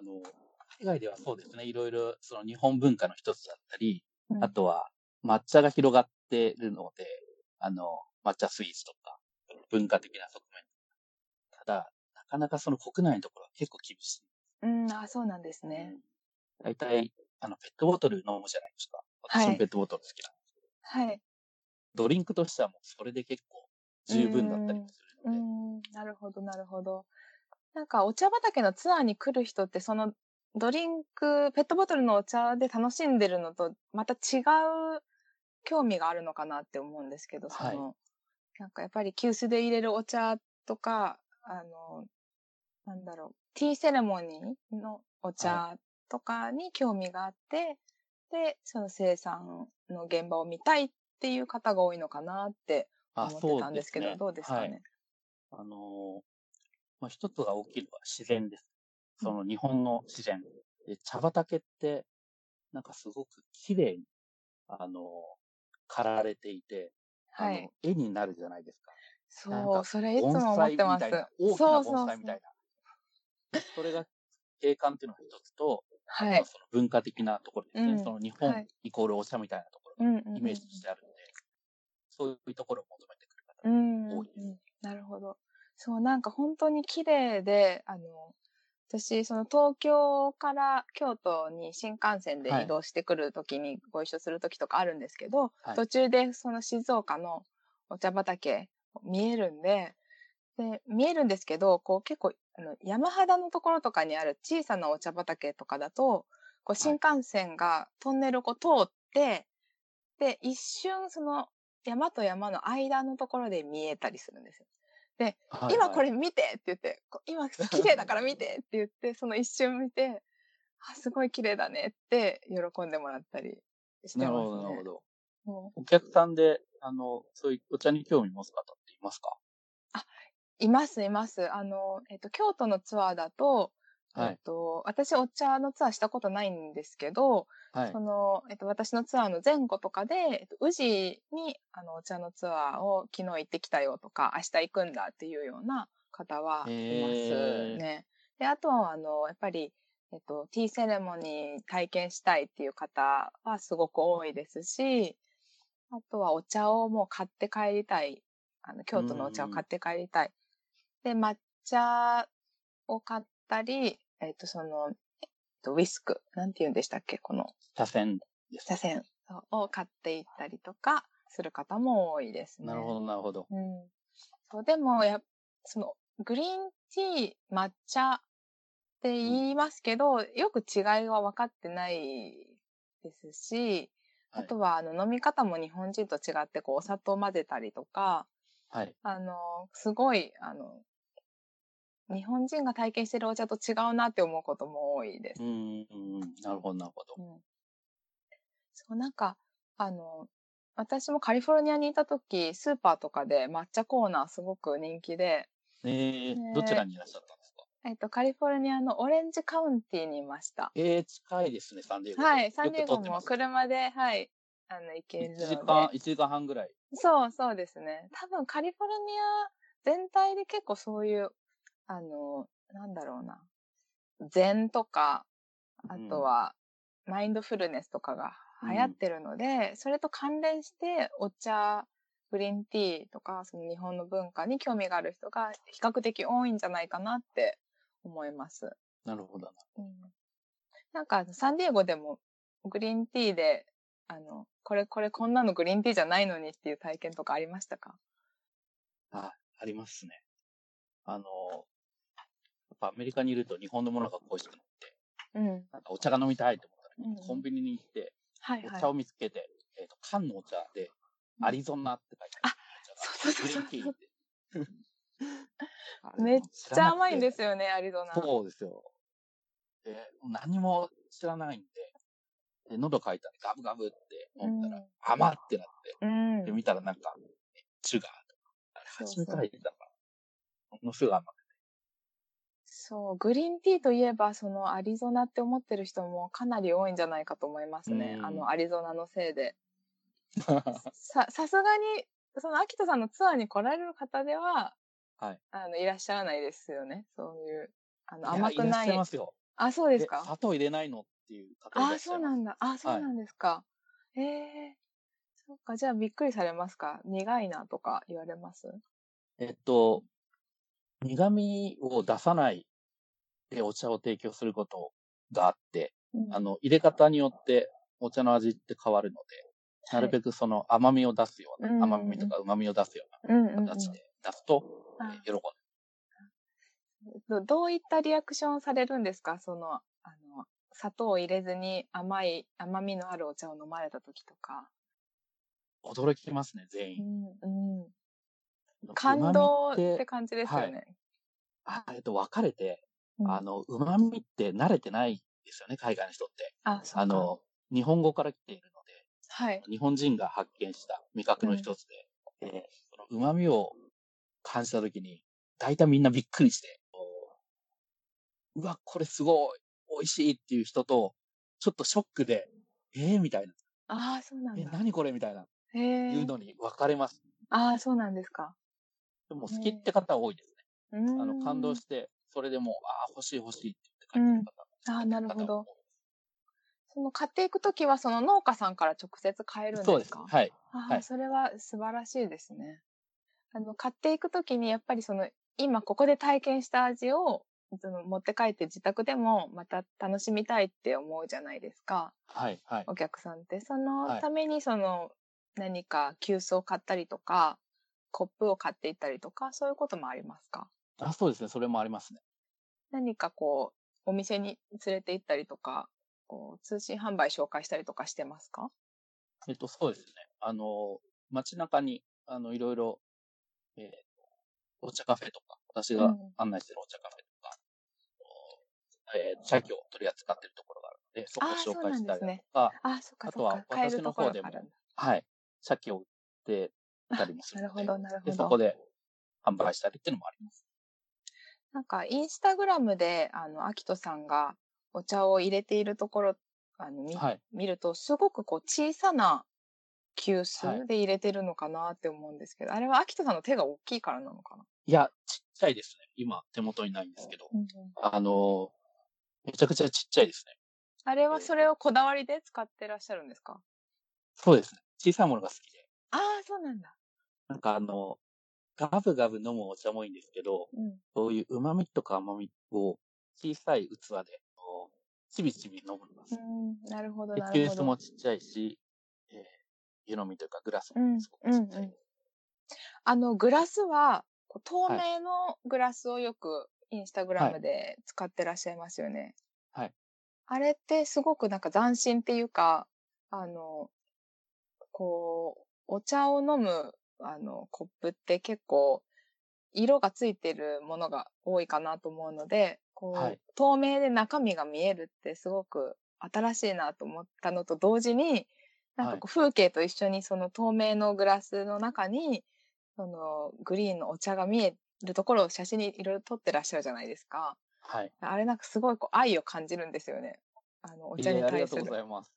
B: 海外ではそうですね、いろいろその日本文化の一つだったり、
A: うん
B: あとは抹茶が広がってるので、あの、抹茶スイーツとか、文化的な側面。ただ、なかなかその国内のところは結構厳しい。
A: うん、あ、そうなんですね。
B: 大体、あの、ペットボトル飲むじゃないですか。
A: はい
B: 私もペットボトル好きなんで、
A: はい。
B: ドリンクとしてはもうそれで結構十分だったりもす
A: う
B: るので、
A: ん、なるほど、なるほど。なんか、お茶畑のツアーに来る人って、その、ドリンク、ペットボトルのお茶で楽しんでるのと、また違う興味があるのかなって思うんですけど、その、なんかやっぱり急須で入れるお茶とか、あの、なんだろう、ティーセレモニーのお茶とかに興味があって、で、その生産の現場を見たいっていう方が多いのかなって
B: あ、
A: 思って
B: そ
A: た
B: うんで
A: ですすけど、
B: ね。
A: どうですか
B: はい
A: ね。
B: あのーまあ、一つが大きいのは自然です。その日本の自然。で茶畑って、なんかすごく綺麗に、あのー刈られていて、
A: は
B: あ
A: い
B: の。、絵になるじゃないですか。なん
A: そ
B: か
A: う、それいつ
B: 盆
A: も思っ
B: 栽み
A: てます。
B: たいな、大き
A: そ
B: な
A: うそう
B: 盆
A: そ
B: 栽
A: う
B: みたいな。それが景観っていうのが一つと、
A: はい。
B: その文化的なところですね。
A: うん
B: その日
A: は
B: 本
A: い
B: イコールお茶みたいなところ
A: うん、うん。
B: がイメージとしてあるので、そういうところを求めてくる方
A: う
B: が
A: ん。
B: 多
A: う
B: いです。
A: んなるほど。そう、なんか本当に綺麗で、あの、私、その東京から京都に新幹線で
B: はい
A: 移動してくるときにご一緒するときとかあるんですけど、
B: はい
A: 途中でその静岡のお茶畑見えるんで、で、見えるんですけど、こう結構、あの、山肌のところとかにある小さなお茶畑とかだと、こう新幹線がトンネルをこう通って、で、一瞬その山と山の間のところで見えたりするんですよ。
B: はい
A: 今こ
B: は
A: れ
B: い
A: 見てって言って、こう今綺麗だから見てって言って、その一瞬見て、あ、すごい綺麗だねって喜んでもらったりして
B: な
A: ま
B: る
A: すね。
B: ほど、なるほど。
A: も
B: お客さんで、あの、そういうお茶に興味持つ方っていますか
A: ういます、います。あの、えっと、京都のツアーだと、
B: は
A: えっ
B: い。
A: と、私お茶のツアーしたことないんですけど、
B: はい
A: そ。の、えっと、私のツアーの前後とかで、えっと、宇治に、あの、お茶のツアーを昨日行ってきたよとか、明日行くんだっていうような方はいますね。で、あとは、あの、やっぱり、えっと、ティーセレモニー体験したいっていう方はすごく多いですし、あとはお茶をもう買って帰りたい。あの、京都のお茶を買って帰りたい。で、抹茶を買ったり、えっと、その、えっと、ウィスク。なんて言うんでしたっけこの、
B: 茶筅です。
A: 茶筅を買っていったりとかする方も多いですね。
B: なるほど、なるほど。
A: うん、そうでもや、そのグリーンティー、抹茶って言いますけど、よく違いは分かってないですし、
B: はい
A: あとはあの飲み方も日本人と違ってこうお砂糖混ぜたりとか、
B: はい。
A: あの、すごい、あの、日本人が体験してるお茶と違うなって思うことも多いです
B: う。ーん、なるほど、なるほ
A: う
B: ど。
A: んそう、なんか、あの、私もカリフォルニアにいた時、スーパーとかで抹茶コーナーすごく人気で、
B: え
A: ね
B: ー、どちらにいらっしゃったんですか
A: えっと、カリフォルニアのオレンジカウンティにいました。
B: えー、近いですね、サンディエゴと。
A: はい、サンディエ
B: よく
A: ゴ
B: 撮って
A: も
B: ます
A: 車で、はい、あの、行ける
B: 1時間
A: の、で。
B: 一時間半ぐらい。
A: そう、そうですね。多分カリフォルニア全体で結構そういう、あの、なんだろうな、禅とか、あとは、マインドフルネスとかが流行ってるので、それと関連して、お茶、グリーンティーとか、その日本の文化に興味がある人が比較的多いんじゃないかなって思います。
B: なるほどな。
A: うんなんかあの、サンディエゴでも、グリーンティーで、あの、これ、これ、こんなのグリーンティーじゃないのにっていう体験とかありましたか
B: あ、ありますね。あの、やっぱアメリカにいると日本のものが恋しくなって、
A: うん。
B: なんかお茶が飲みたいと思った
A: うん
B: ら、コンビニに行って、
A: はいは
B: お
A: い。
B: 茶を見つけて、えっと、缶のお茶で、
A: うん
B: アリゾナって書いてある。
A: そうそうそうそう
B: グリーンティーってあれ
A: めっちゃ甘いんです
B: よ。
A: よね、アリゾナ。
B: そうですよ。で、何も知らないんで、で喉かいたんでガブガブって
A: う
B: 飲ん
A: ん
B: だら、甘ってなって、
A: うん。
B: で、見たらなんか、チュガーとか、あれ、
A: そう
B: 初
A: そう
B: めて入ってたから、ものすごい甘くて
A: そう、グリーンティーといえば、そのアリゾナって思ってる人もかなり多いんじゃないかと思いますね。
B: うん
A: あの、アリゾナのせい で。さ、さすがに、その秋田さんのツアーに来られる方では、
B: はい。
A: あの、いらっしゃらないですよね。そういう、あの、
B: や
A: 甘く
B: いら
A: な
B: っ
A: い。
B: しゃいますよ。
A: あ、そうです
B: え
A: か
B: 砂糖入れないのっていう方い
A: あ
B: ら
A: あ、
B: っしゃ
A: そ
B: いうま
A: な
B: す。
A: んだ。ああ、そうなんですか。ええそっか。じゃあ、びっくりされますか苦いなとか言われます
B: えっと、苦味を出さないでお茶を提供することがあって、あ、の、入れ方によってお茶の味って変わるので、なる
A: く。
B: べくその甘みを出すような、
A: うんうんうん
B: 甘みとか旨みを出すよ
A: うんうん
B: う
A: う
B: なん形で出すと、
A: あ
B: えー喜ぶ。
A: どどういったリアクションをされるんですかその、あの、砂糖を入れずに甘い、甘みのあるお茶を飲まれた時とか。
B: 驚きますね、全
A: う
B: 員。
A: ん、うん。
B: 旨
A: 感
B: 味
A: 動っ
B: って
A: て感じですよね。
B: あえっと、分かれて、
A: うん
B: あ、の、旨味って慣れてないですよね、海外の人って。
A: あ、そうか
B: あ、の、日本語から来ているので、
A: はい。
B: 日本人が発見した味覚の一つで、えーその旨味を感じたときに、大体みんなびっくりして、こううわ、これすごい、美味しいっていう人と、ちょっとショックで、えー、みたいな、
A: ああ、そうなん
B: え、
A: だ。
B: 何これみたいな、
A: へ
B: いう
A: え。
B: のに分かれます。
A: ああ、そうなんですか。
B: でも好きって方多いです
A: うー
B: ね。
A: ん。
B: あの、感動して、それでもう、ああ、欲しい欲しいって
A: う
B: 言って
A: ん
B: 帰ってる方も、
A: あーなるほど
B: 帰って
A: その買っていくときは、その農家さんから直接買え
B: る
A: るん
B: 方
A: で
B: もそうですす
A: か。
B: はい。
A: ああ、
B: はい
A: それは素晴らしいですね。あの、買っていくときに、やっぱりその、今ここで体験した味を、その、持って帰って自宅でもまた楽しみたいって思うじゃないですか。
B: はい。はい。
A: お客さんって。そ
B: は
A: の
B: い
A: ために、その、何か急須を買ったりとか、コップを買っていったりとか、そういうこともありますか
B: あ、そうですね。それもありますね。
A: 何かこう、お店に連れて行ったりとか、こう、通信販売紹介したりとかしてますか
B: えっと、そうですね。あの、街中に、あの、いろいろ、えーお茶カフェとか、私
A: う
B: が
A: ん
B: 案内してるお茶カフェとか、おえー茶器を取り扱ってるところがあるので、そこ
A: あー
B: を紹介したりだと
A: そ
B: か、
A: あ、そっか
B: あ
A: そ
B: と
A: っ
B: は
A: か。買えるところがあ
B: 私の
A: る
B: 方
A: んだ。
B: はい、茶器を売ってたりもす
A: な
B: る
A: る
B: の
A: ほ
B: で、
A: ど、なるほ
B: で
A: ど。
B: そこで販売したりっていうのもあります。
A: なんか、インスタグラムで、あの、アキトさんがお茶を入れているところ、あの、み
B: はい。
A: 見ると、すごくこう、小さな急
B: は
A: 須
B: い
A: で入れてるのかなって思うんですけど、あれはアキトさんの手が大きいからなのかな、
B: いや、ちっちゃいですね。今、手元にないんですけど、あの、めちゃくちゃちっちゃいですね。
A: あれはそれをこだわりで使ってらっしゃるんですか
B: そうですね。小さいものが好きで。
A: ああ、そうなんだ。
B: なんかあの、ガブガブ飲むお茶もいいんですけど、
A: うん。
B: そういう旨味とか甘みを小さい器で、こうちびちび飲むんです。
A: うん、なるほど、
B: で
A: な
B: 急
A: るほ
B: 須
A: ど
B: も。ちっちゃいし、えー、湯飲みというかグラス
A: うん
B: もすごくちっちゃい。
A: うんうんあの、グラスは、こう透
B: は
A: 明
B: い
A: のグラスをよくインスタグラムで使ってらっしゃいますよね。
B: はい。
A: あれってすごくなんか斬新っていうか、あの、こう、お茶を飲む、あの、コップって結構、色がついてるものが多いかなと思うので、こう、
B: はい
A: 透明で中身が見えるってすごく新しいなと思ったのと同時に、なんかこう風景と一緒にその透明のグラスの中に、そのグリーンのお茶が見えるところを写真にいろいろ撮ってらっしゃるじゃないですか。
B: はい。
A: あれなんかすごいこう愛を感じるんですよね。あの、お茶
B: え
A: に
B: ーあり
A: 対
B: が
A: す
B: とう
A: る。
B: ございます。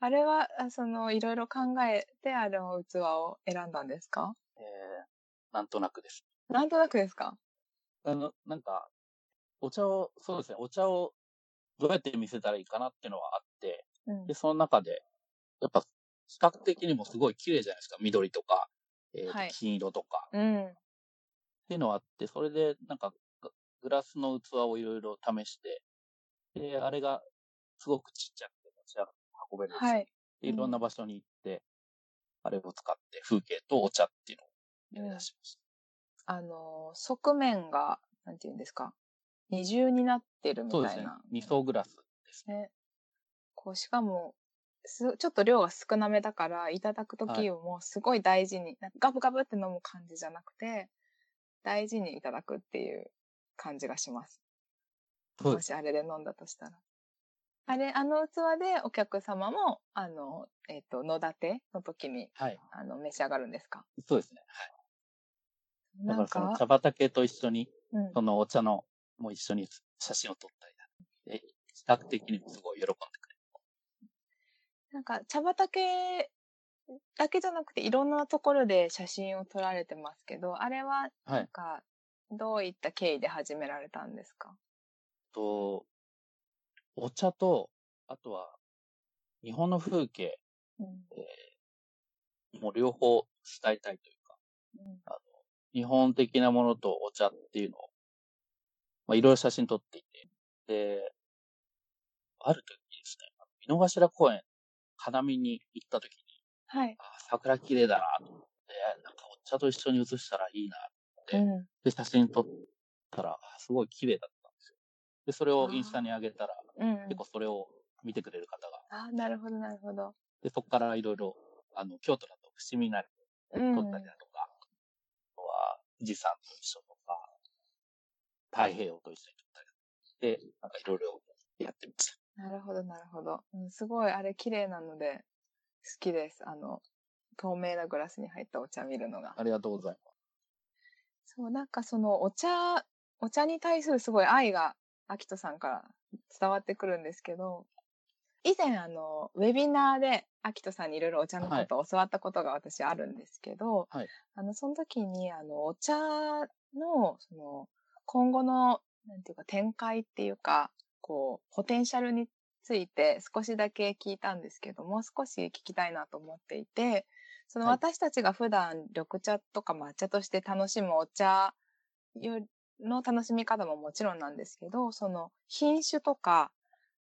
A: あれは、あその、いろいろ考えて、あの、器を選んだんですか
B: えー、なんとなくです。
A: なんとなくですか
B: あの、なんか、お茶を、そうですね、お茶をどうやって見せたらいいかなっていうのはあって、
A: うん
B: で、。その中で、やっぱ、視覚的にもすごい綺麗じゃないですか。緑とか、えーと
A: はい
B: 金色とか。
A: うん。
B: っていうのはあって、それで、なんか、ググラスの器をいろいろ試して、で、あれがすごくちっちゃくて持ち運べるんですよ。
A: はい。
B: でいろんな場所に行って、あれを使って風景とお茶っていうのをやり出しまし
A: あの、側面が、なんていうんですか、二重になってるみ
B: た。そうで
A: た
B: す
A: い
B: ね
A: な。。
B: 二層グラスですね。
A: ね。こう、しかも、す、ちょっと量が少なめだから、いただくと
B: は
A: き
B: い
A: をもうすごい大事に、なんかガブガブって飲む感じじゃなくて、大事にいただくっていう感じがします。
B: そう
A: も
B: です。
A: しあれで飲んだとしたら。あれ、あの器でお客様も、あの、えっ、と、野立ての時に、
B: はい。
A: あの、召し上がるんですか
B: そうですね。
A: な
B: だ
A: ん
B: からその
A: か、
B: 茶畑と一緒に、
A: うん
B: そのお茶の、も一緒に写真を撮ったりだ。で、視覚的にもすごい喜んでくれる。
A: なんか茶畑だけじゃなくていろんなところで写真を撮られてますけど、あれは
B: はい
A: なんかどういった経緯で始められたんですか、
B: と、お茶と、あとは、日本の風景
A: うん
B: も両方伝えたいというか、日本的なものとお茶っていうのを、まあ、いろいろ写真撮っていて、で、ある時ですね、井の頭公園、花見に行った時に、
A: はい、
B: あ桜綺麗だなと思って、なんかお茶と一緒に写したらいいなで
A: うん
B: で、写真撮ったら、あすごい綺麗だったんですよ。で、それをインスタに上げたら、
A: うん
B: 結構それを見てくれる方が、
A: あーなるほどなるほど。
B: で、そこからいろいろ、あの、京都だと伏見なり
A: うん
B: 撮ったりだとか、あとは、富士山と一緒とか、太平洋と一緒に撮ったりだとか、で、なんかいろいろやってました。
A: なるほどなるほど、うん。すごいあれ綺麗なので好きです。あの透明なグラスに入ったお茶見るのが。
B: ありがとうございます。
A: そう、なんかそのお茶、お茶に対するすごい愛が、アキトさんから伝わってくるんですけど、以前あの、ウェビナーでアキトさんにいろいろお茶のことを教わったことが私あるんですけど、
B: はい
A: あの、その時にあの、お茶の、その、今後の、なんていうか展開っていうか、こう、ポテンシャルについて少しだけ聞いたんですけど、もう少し聞きたいなと思っていて、その
B: はい
A: 私たちが普段緑茶とか抹茶として楽しむお茶よりの楽しみ方ももちろんなんですけど、その品種とか、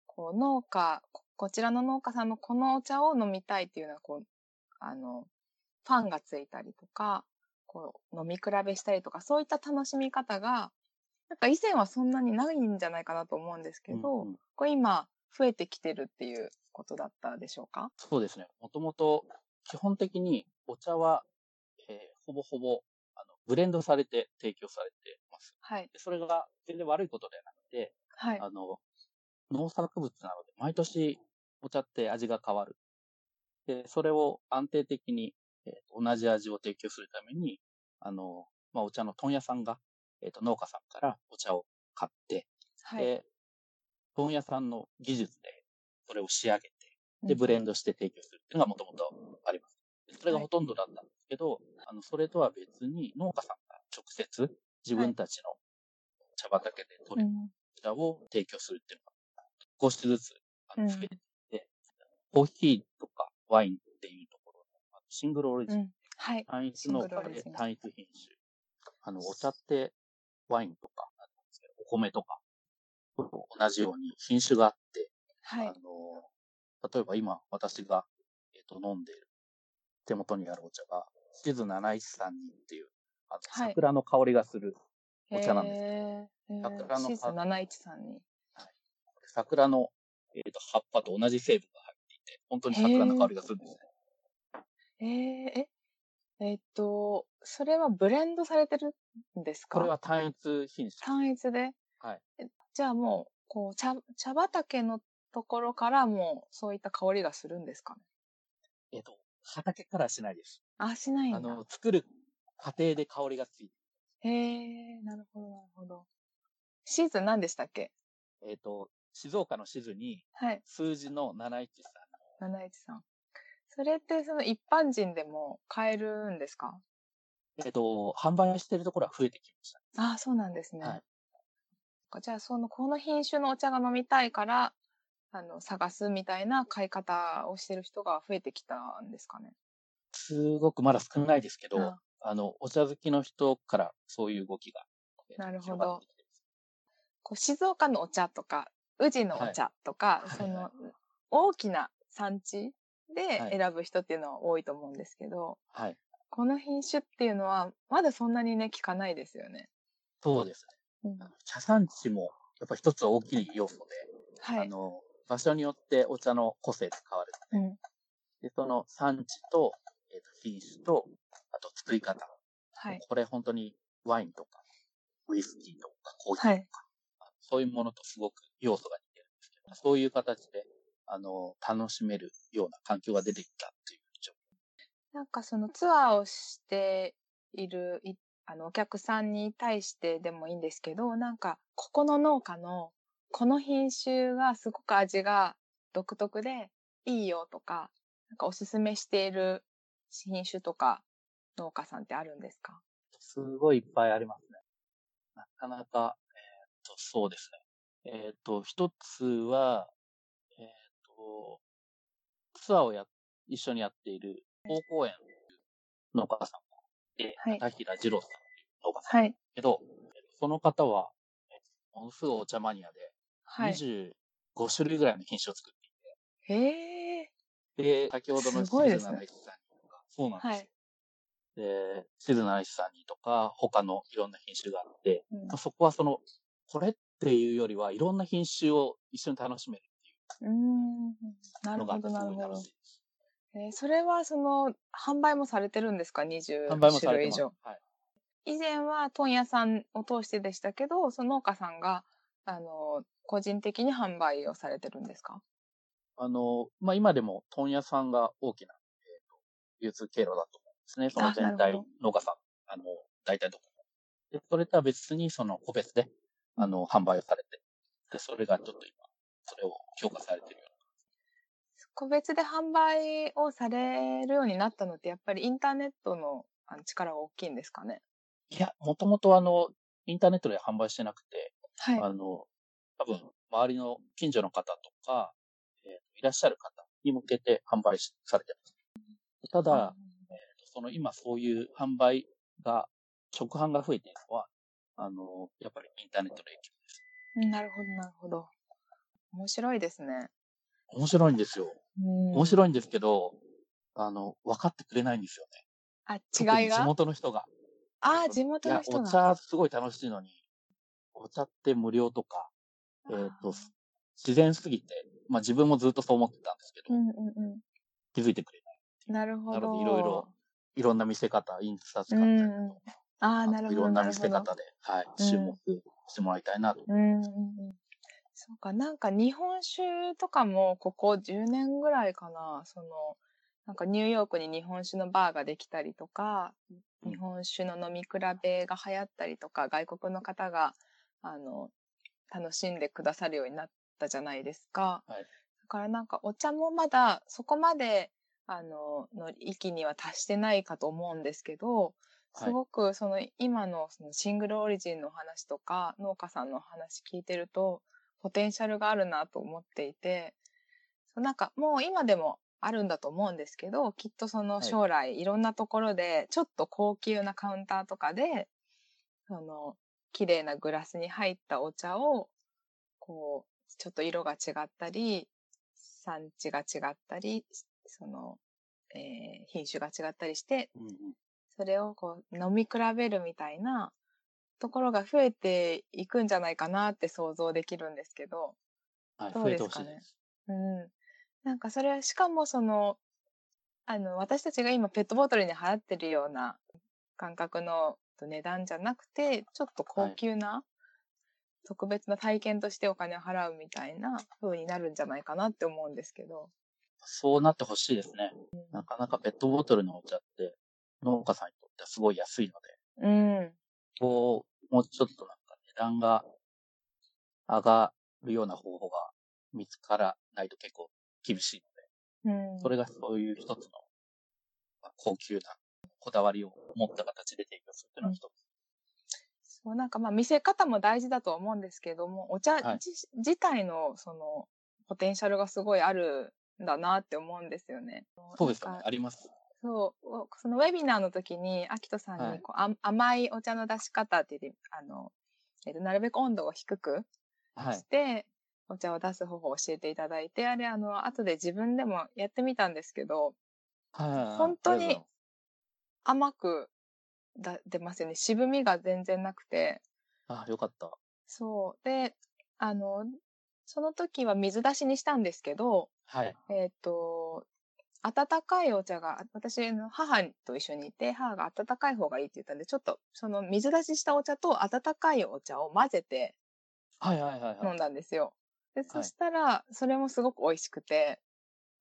A: こう農家、ここちらの農家さんのこのお茶を飲みたいっていうのは、こう、あの、ファンがついたりとか、こう飲み比べしたりとか、そういった楽しみ方が、なんか以前はそんなにないんじゃないかなと思うんですけど、
B: うんうん
A: これ今増えてきてるっていうことだったでしょうか
B: そうですね。もともと、基本的にお茶は、えーほぼほぼ、あの、ブレンドされて提供されてます。
A: はい。
B: でそれが全然悪いことではなくて、
A: はい。
B: あの、農作物なので、毎年お茶って味が変わる。で、それを安定的に、えーと同じ味を提供するために、あの、まあ、お茶の問屋さんが、えっ、と、農家さんからお茶を買って、
A: はい。
B: で、問屋さんの技術で、それを仕上げて、で、
A: うん
B: ブレンドして提供するっていうのがもともとあります。でそれが
A: はい
B: ほとんどだったんですけど、あの、それとは別に農家さんが直接自分たちの茶畑で取れ
A: うん
B: こちらを提供するっていうのが、少しずつあ
A: う
B: の
A: ん
B: 増えてきて、コーヒーとかワインっていうところのあのシングルオリジ
A: う
B: ン、
A: ん。はい。
B: 単一
A: シン
B: の
A: グルオリジン
B: 単一品種。あの、お茶ってワインとか、あのお米とかと同じように品種があって、
A: は
B: あ
A: い。
B: の、例えば今私が、えっと飲んでいる手元にあるお茶が、シズ713っていう、あの
A: はい
B: 桜の香りがする、お茶なんです
A: へーえー
B: 桜の
A: シーズン713に。
B: 桜の、えっと葉っぱと同じ成分が入っていて、本当に桜の香りがするんですね。
A: えー、え、えっと、それはブレンドされてるんですか
B: これは単一品種。
A: 単一で
B: はい。
A: じゃあもう、こう、茶、茶畑のところからもう、そういった香りがするんですかね
B: えっ、と、畑からはしないです。
A: あ、しない
B: あ
A: んだ
B: の、。作る過程で香りがついて、
A: へえ、なるほど、なるほど。シーズン何でしたっけ
B: えっ、と、静岡の静に
A: はい、
B: 数字の713。
A: 713。それって、その一般人でも買えるんですか
B: えっ、と、販売してるところは増えてきました。
A: ああ、そうなんですね。
B: はい
A: そっかじゃあ、その、この品種のお茶が飲みたいから、あの、探すみたいな買い方をしてる人が増えてきたんですかね。
B: すごくまだ少ないですけど、
A: あ
B: あの、お茶好きの人からそういう動きが、えー
A: なるほど
B: 広がってきてます
A: こう静岡のお茶とか宇治のお茶とか、
B: はい
A: そ
B: は
A: の大きな産地
B: は
A: で
B: い
A: 選ぶ人っていうのは多いと思うんですけど、
B: はい。
A: この品種っていうのはまだそんなにね聞かないですよね。
B: そうです
A: うん
B: ね。茶産地も、やっぱ一つ大きい要素で、
A: は
B: あ
A: い。
B: の、場所によってお茶の個性使われて
A: う
B: て、
A: ん、
B: で、その産地と、えっ、と、品種と、あと作り方。
A: はい。
B: これ本当にワインとか、ウイスキーとか、コーヒーとか、
A: はい。
B: そういうものとすごく要素が似てるんですけど、そういう形で、あの、楽しめるような環境が出てきたっていう状況。
A: なんかそのツアーをしているいあのお客さんに対してでもいいんですけど、なんかここの農家のこの品種がすごく味が独特でいいよとか、なんかおすすめしている品種とか農家さんってあるんですか
B: すごいいっぱいありますね。なかなか、えっと、そうですね。えっと、一つは、えっと、ツアーをや、一緒にやっている、高公園のお母さんがいて、
A: はい
B: 片平二郎さんっていうお母さんなん
A: は
B: で
A: い。
B: すけど、その方は、えっとものすごいお茶マニアで、
A: はい。
B: 25種類ぐらいの品種を作って
A: へえ
B: で、先ほどの
A: すごい
B: 静
A: です
B: 菜
A: ね
B: 愛知さんにとか、そうなんですよ。
A: はい
B: で、静菜愛知さんにとか、他のいろんな品種があって、
A: うん
B: そこはその、これっていうよりは、いろんな品種を一緒に楽しめる
A: うーん。なる
B: のがあ
A: ほ
B: って、
A: ど、
B: す
A: なる
B: ごい
A: ほ
B: 楽
A: ど
B: しい。です。
A: えーそれはその、販売もされてるんですか ?20
B: 販売もさ
A: 種
B: れ
A: 類
B: て
A: 以
B: ます。
A: 上。
B: はい。
A: 以前は問屋さんを通してでしたけど、その農家さんが、あの、個人的に販売をされてるんですか
B: あの、まあ、今でも、問屋さんが大きな、えーと流通経路だと思うんですね。その
A: あなる
B: 全
A: ほ
B: 体
A: ど、
B: 農家さん、あの、大体どこも。で、それとは別に、その、個別で、あの、販売をされて、で、それがちょっと今、それを強化されてるような
A: 個別で販売をされるようになったのって、やっぱりインターネットのあの力が大きいんですかね
B: いや、もともとあの、インターネットで販売してなくて、
A: はい。
B: あの、多分、周りの近所の方とか、えーいらっしゃる方に向けて販売しされてます。ただ、その今そういう販売が、直販が増えているのは、あの、やっぱりインターネットの影響です。
A: うんなるほど、なるほど。面白いですね。
B: 面白いんですよ。面
A: 面い。
B: 白いんですけど、あの、分かってくれないんですよね。
A: あ、
B: 特
A: 違い
B: に地
A: が
B: 元の人が。
A: あ
B: えっ
A: あ、
B: と
A: 地元の人
B: いや、
A: が。
B: お茶すごい楽しいのに、お茶って無料とか、えっ、
A: あ
B: と
A: ー、
B: 自然すぎて、まあ自分もずっとそう思ってたんですけ
A: う
B: ど、
A: んうんう
B: 気づいてくれない。
A: ん。なるほど。
B: なのでいろいろいろんな見せ方、インスタ使ったりとか、
A: うんうんああ、なる
B: い
A: ほ
B: ろ
A: ど、
B: んな
A: な
B: 見
A: るほ
B: せ
A: ど。
B: 方で、はい、
A: うん
B: 注目してもらいたいなと。
A: うんうんうん。そうか、なんか日本酒とかもここ10年ぐらいかな、その、なんかニューヨークに日本酒のバーができたりとか、
B: うん
A: 日本酒の飲み比べが流行ったりとか、外国の方が、あの、楽しんでくださるようになったじゃないですか。
B: はい
A: だからなんかお茶もまだそこまで、あの、の域には達してないかと思うんですけど、
B: は
A: す
B: い。
A: ごくその今のそのシングルオリジンのお話とか農家さんのお話聞いてるとポテンシャルがあるなと思っていてそうなんかもう今でもあるんだと思うんですけどきっとその
B: はい
A: 将来いろんなところでちょっと高級なカウンターとかでその綺麗なグラスに入ったお茶をこうちょっと色が違ったり産地が違ったりその、えー品種が違ったりして
B: うんうん
A: それをこう飲み比べるみたいなところが増えていくんじゃないかなって想像できるんですけど、
B: はい、
A: ど
B: 増
A: う
B: え
A: で
B: て
A: す
B: ほし
A: か
B: い
A: ね
B: です。
A: うん。なんかそれはしかもその、あの、私たちが今ペットボトルに払ってるような感覚の値段じゃなくて、ちょっと高級な、特別な体験としてお金を払うみたいな風になるんじゃないかなって思うんですけど。
B: そうなってほしいですね。なかなかペットボトルのお茶って、農家さんにとってはすごい安いので、
A: うん。
B: こう、もうちょっとなんか値段が上がるような方法が見つからないと結構厳しいので、
A: うん。
B: それがそういう一つのまあ高級なこだわりを持った形で提供するというのは一つ。
A: そう、なんかまあ見せ方も大事だとは思うんですけども、お茶
B: はい
A: 自,、自体のそのポテンシャルがすごいあるんだなって思うんですよね。
B: そうですよ
A: なん
B: ね
A: か。
B: あります。
A: そう、おそのウェビナーの時に、アキトさん
B: は
A: に
B: い
A: こう、あ甘いお茶の出し方って言って、あの、えっと、なるべく温度を低く
B: はい
A: し。て、お茶を出す方法を教えていただいて、あれ、あの、後で自分でもやってみたんですけど、
B: はい。
A: 本当に
B: ありがとうございます
A: 甘くだ出ますよね。渋みが全然なくて。
B: あよかった。
A: そう。で、あの、その時は水出しにしたんですけど、
B: はい。
A: えっ、と、温かいお茶が、私あの母と一緒にいて、母が温かい方がいいって言ったんで、ちょっとその水出ししたお茶と温かいお茶を混ぜて
B: はいはいはいは
A: 飲
B: い。
A: んだんですよ。で、そしたら、それもすごく美味しくて、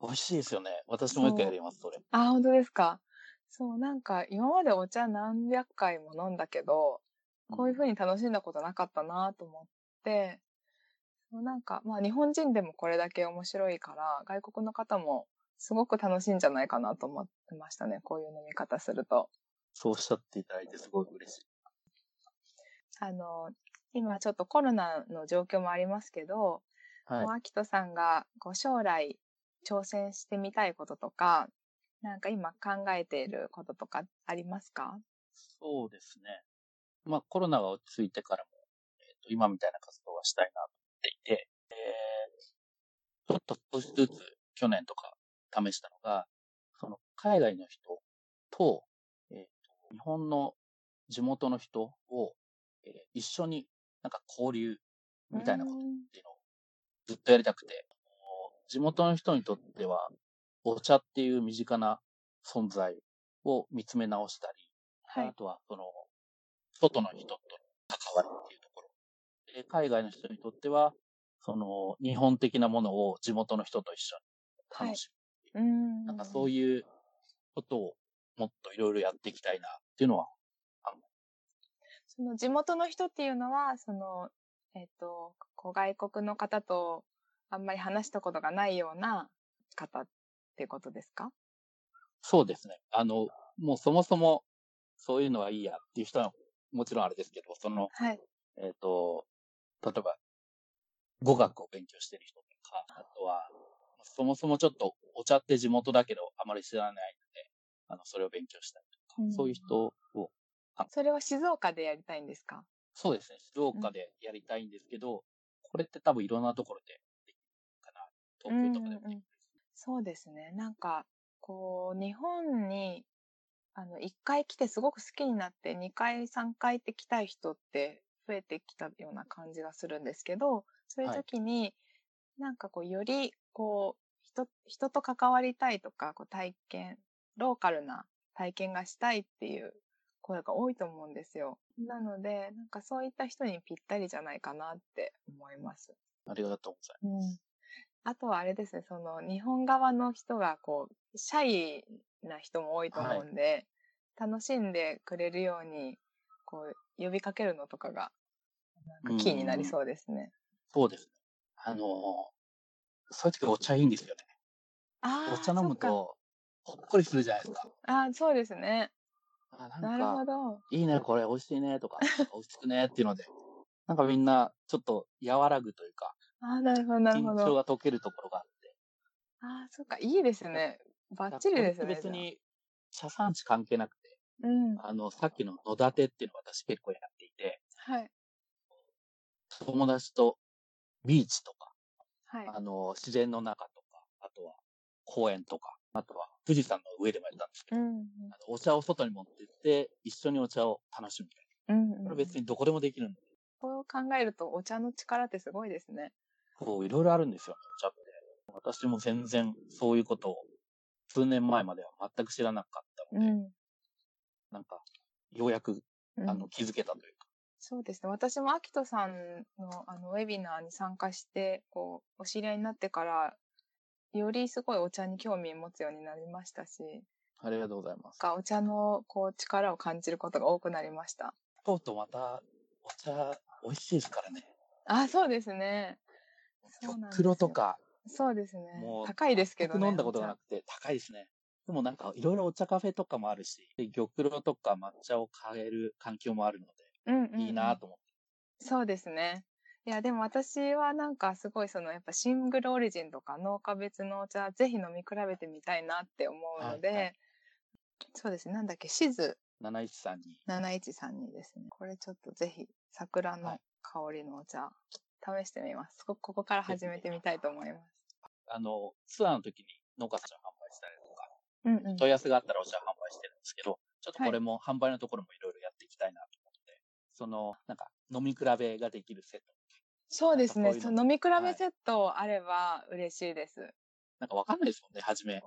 B: 美味しいですよね。私もう一回やります、それ。
A: あ、本当ですか。そう、なんか今までお茶何百回も飲んだけど、こういう風に楽しんだことなかったなと思って、そうなんかまあ日本人でもこれだけ面白いから、外国の方もすごく楽しいんじゃないかなと思ってましたね。こういう飲み方すると。
B: そうおっしゃっていただいてすごい嬉しい。
A: あの、今ちょっとコロナの状況もありますけど、
B: はい。
A: もうアキトさんがこう将来挑戦してみたいこととか、なんか今考えていることとかありますか
B: そうですね。まあコロナが落ち着いてからも、えーと今みたいな活動はしたいなと思っていて、えーちょっと少しずつ去年とか試したのが、その海外の人と,、えーと日本の地元の人を、えー一緒になんか交流みたいなことっ
A: うん
B: ていうのをずっとやりたくて、地元の人にとってはお茶っていう身近な存在を見つめ直したり、
A: はい
B: あ。とは、その、外の人との関わりっていうところ。で海外の人にとっては、その、日本的なものを地元の人と一緒に楽し
A: うん。
B: む。なんかそういうことをもっといろいろやっていきたいなっていうのは、
A: その地元の人っていうのは、その、えっ、と、こう外国の方とあんまり話したことがないような方ってことですか
B: そうですね。あの、もうそもそも、そういうのはいいやっていう人は、もちろんあれですけど、その、
A: はい。
B: えっ、と、例えば、語学を勉強してる人とか、あとは、そもそもちょっとお茶って地元だけど、あまり知らないので、あの、それを勉強したりとか、
A: うん
B: そういう人を、
A: それは静岡でやりたいんですか
B: そうですね、静岡でやりたいんですけど、これって多分いろんなところでできるかな。東京とかでもで
A: う
B: きる。
A: んうんうんそうですね。なんか、こう、日本に、あの、一回来てすごく好きになって、二回、三回って来たい人って増えてきたような感じがするんですけど、そういう
B: はい
A: 時に、なんかこう、より、こう、人、人と関わりたいとか、こう、体験、ローカルな体験がしたいっていう声が多いと思うんですよ。なので、なんかそういった人にぴったりじゃないかなって思います。
B: ありがとうござい
A: うんあとはあれですね、その日本側の人がこう、シャイな人も多いと思うんで、楽しんでくれるように、こう、呼びかけるのとかが、なんかキーになりそうですね。
B: ます。そうですね。あのーそういう時お茶いいんですよね。
A: ああ、
B: お茶飲
A: そ
B: む
A: っ
B: と、ほっこりするじゃないですか。
A: か。ああ、そうですね。
B: あ
A: なるほど。
B: いいね、これ、美味しいね、とか、美味しくね、っていうので、なんかみんな、ちょっと和らぐというか、
A: ああ、なるほど、なる
B: 緊
A: ほ
B: 張
A: ど。
B: が解けるところがあって。
A: ああ、そっか。いいですね。バッチリですね。
B: 別に、茶産地関係なくて、
A: じゃあ。うん。
B: あの、さっきの野立てっていうのを私結構やっていて、
A: はい。
B: 友達とビーチとか、
A: はい。
B: あの、自然の中とか、あとは公園とか、あとは富士山の上でもやったんですけ
A: う
B: ど、
A: んうん。
B: あのお茶を外に持ってって、一緒にお茶を楽しむみたい
A: うん
B: な。こ
A: う
B: れ
A: ん。
B: 別にどこでもできるんで、
A: こう考えると、お茶の力ってすごいですね。
B: こう、いろいろあるんですよ、お茶って。私も全然そういうことを数年前までは全く知らなかったので、
A: ん。
B: なんか、ようやく、
A: うん
B: あの、気づけたというか。
A: そうですね。私もアキトさんのあのウェビナーに参加して、こう、お知り合いになってから、よりすごいお茶に興味持つようになりましたし、なん
B: ありがとうございます。
A: かお茶のこう力を感じることが多くなりました。
B: とうとうまた、お茶、美味しいですからね。
A: あ、そうですね。そうなんですよ
B: 黒とか、
A: そうですね。
B: もう、
A: 高いですけど
B: 全
A: ね。
B: く飲んだことがなくて、高いですね。でもなんか、いろいろお茶カフェとかもあるし、で玉露とか抹茶を買える環境もあるの
A: お茶うんうん、うん。
B: で、いいなと思って。
A: そうですね。いや、でも私はなんかすごいそのやっぱシングルオリジンとか農家別のお茶ぜひ飲み比べてみたいなって思うので、
B: はいはい
A: そうですね。なんだっけ、シズ
B: 七一さんに。
A: 713にですね、これちょっとぜひ、桜
B: は
A: の
B: い
A: 香りのお茶、試してみます。こここから始めてみたいと思います。
B: あの、ツアーの時に農家さんが販売したりとか、
A: うんうん。
B: 問い合わせがあったらお茶販売してるんですけど、ちょっとこ
A: は
B: れも販売のところもいろいろやっていきたいなと思って、その、なんか、飲み比べができるセット。
A: そうですね。
B: こういうの
A: そう飲み比
B: は
A: べ
B: い
A: セットあれば嬉しいです。
B: なんかわかんないですもんね、初め。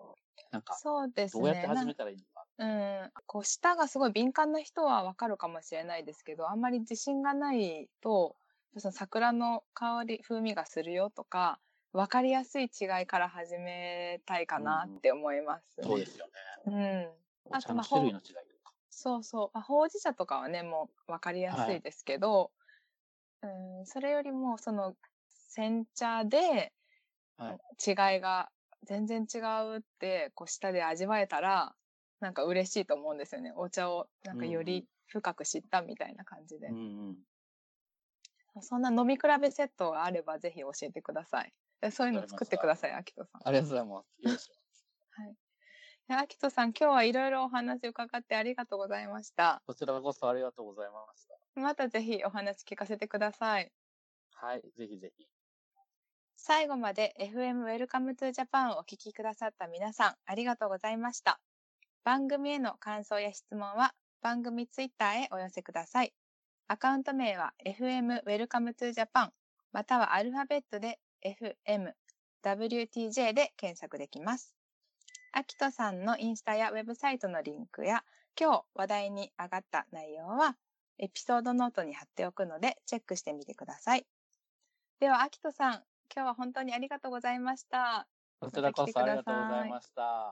B: なんか、
A: そうです
B: ど
A: ね。
B: うやって
A: な
B: 始
A: ん
B: めたらいいのか。
A: うん、こう舌がすごい敏感な人はわかるかもしれないですけどあんまり自信がないとその桜の香り風味がするよとか分かりやすい違いから始めたいかなって思います、ね
B: そうですよね。
A: うん、
B: お
A: あ
B: 茶
A: と
B: の
A: まあ
B: 種類の違いとか。
A: そうそう、まあ、ほうじ茶とかはねもう分かりやすいですけど、うん、それよりもその煎茶で
B: はい
A: 違いが全然違うってこう舌で味わえたらなんか嬉しいと思うんですよねお茶をなんかよ
B: うんう
A: り
B: ん
A: 深く知ったみたいな感じで、
B: うんうん。
A: そんな飲み比べセットがあればぜひ教えてくださいでそういうの作ってくださいあきとさん
B: ありがとうございます。よろしく
A: であきとさん今日はいろいろお話伺ってありがとうございました
B: こちらこそありがとうございまし
A: またぜひお話聞かせてください
B: た。はい、ぜひぜひ。
A: 最後まで FM Welcome to Japan をお聞きくださった皆さんありがとうございました。番組への感想や質問は番組ツイッターへお寄せください。アカウント名は FM Welcome to Japan またはアルファベットで FM WTJ で検索できます。アキトさんのインスタやウェブサイトのリンクや今日話題に上がった内容はエピソードノートに貼っておくのでチェックしてみてください。では、アキトさん、今日は本当にありがとうございました。
B: こちらこそありがとうございました。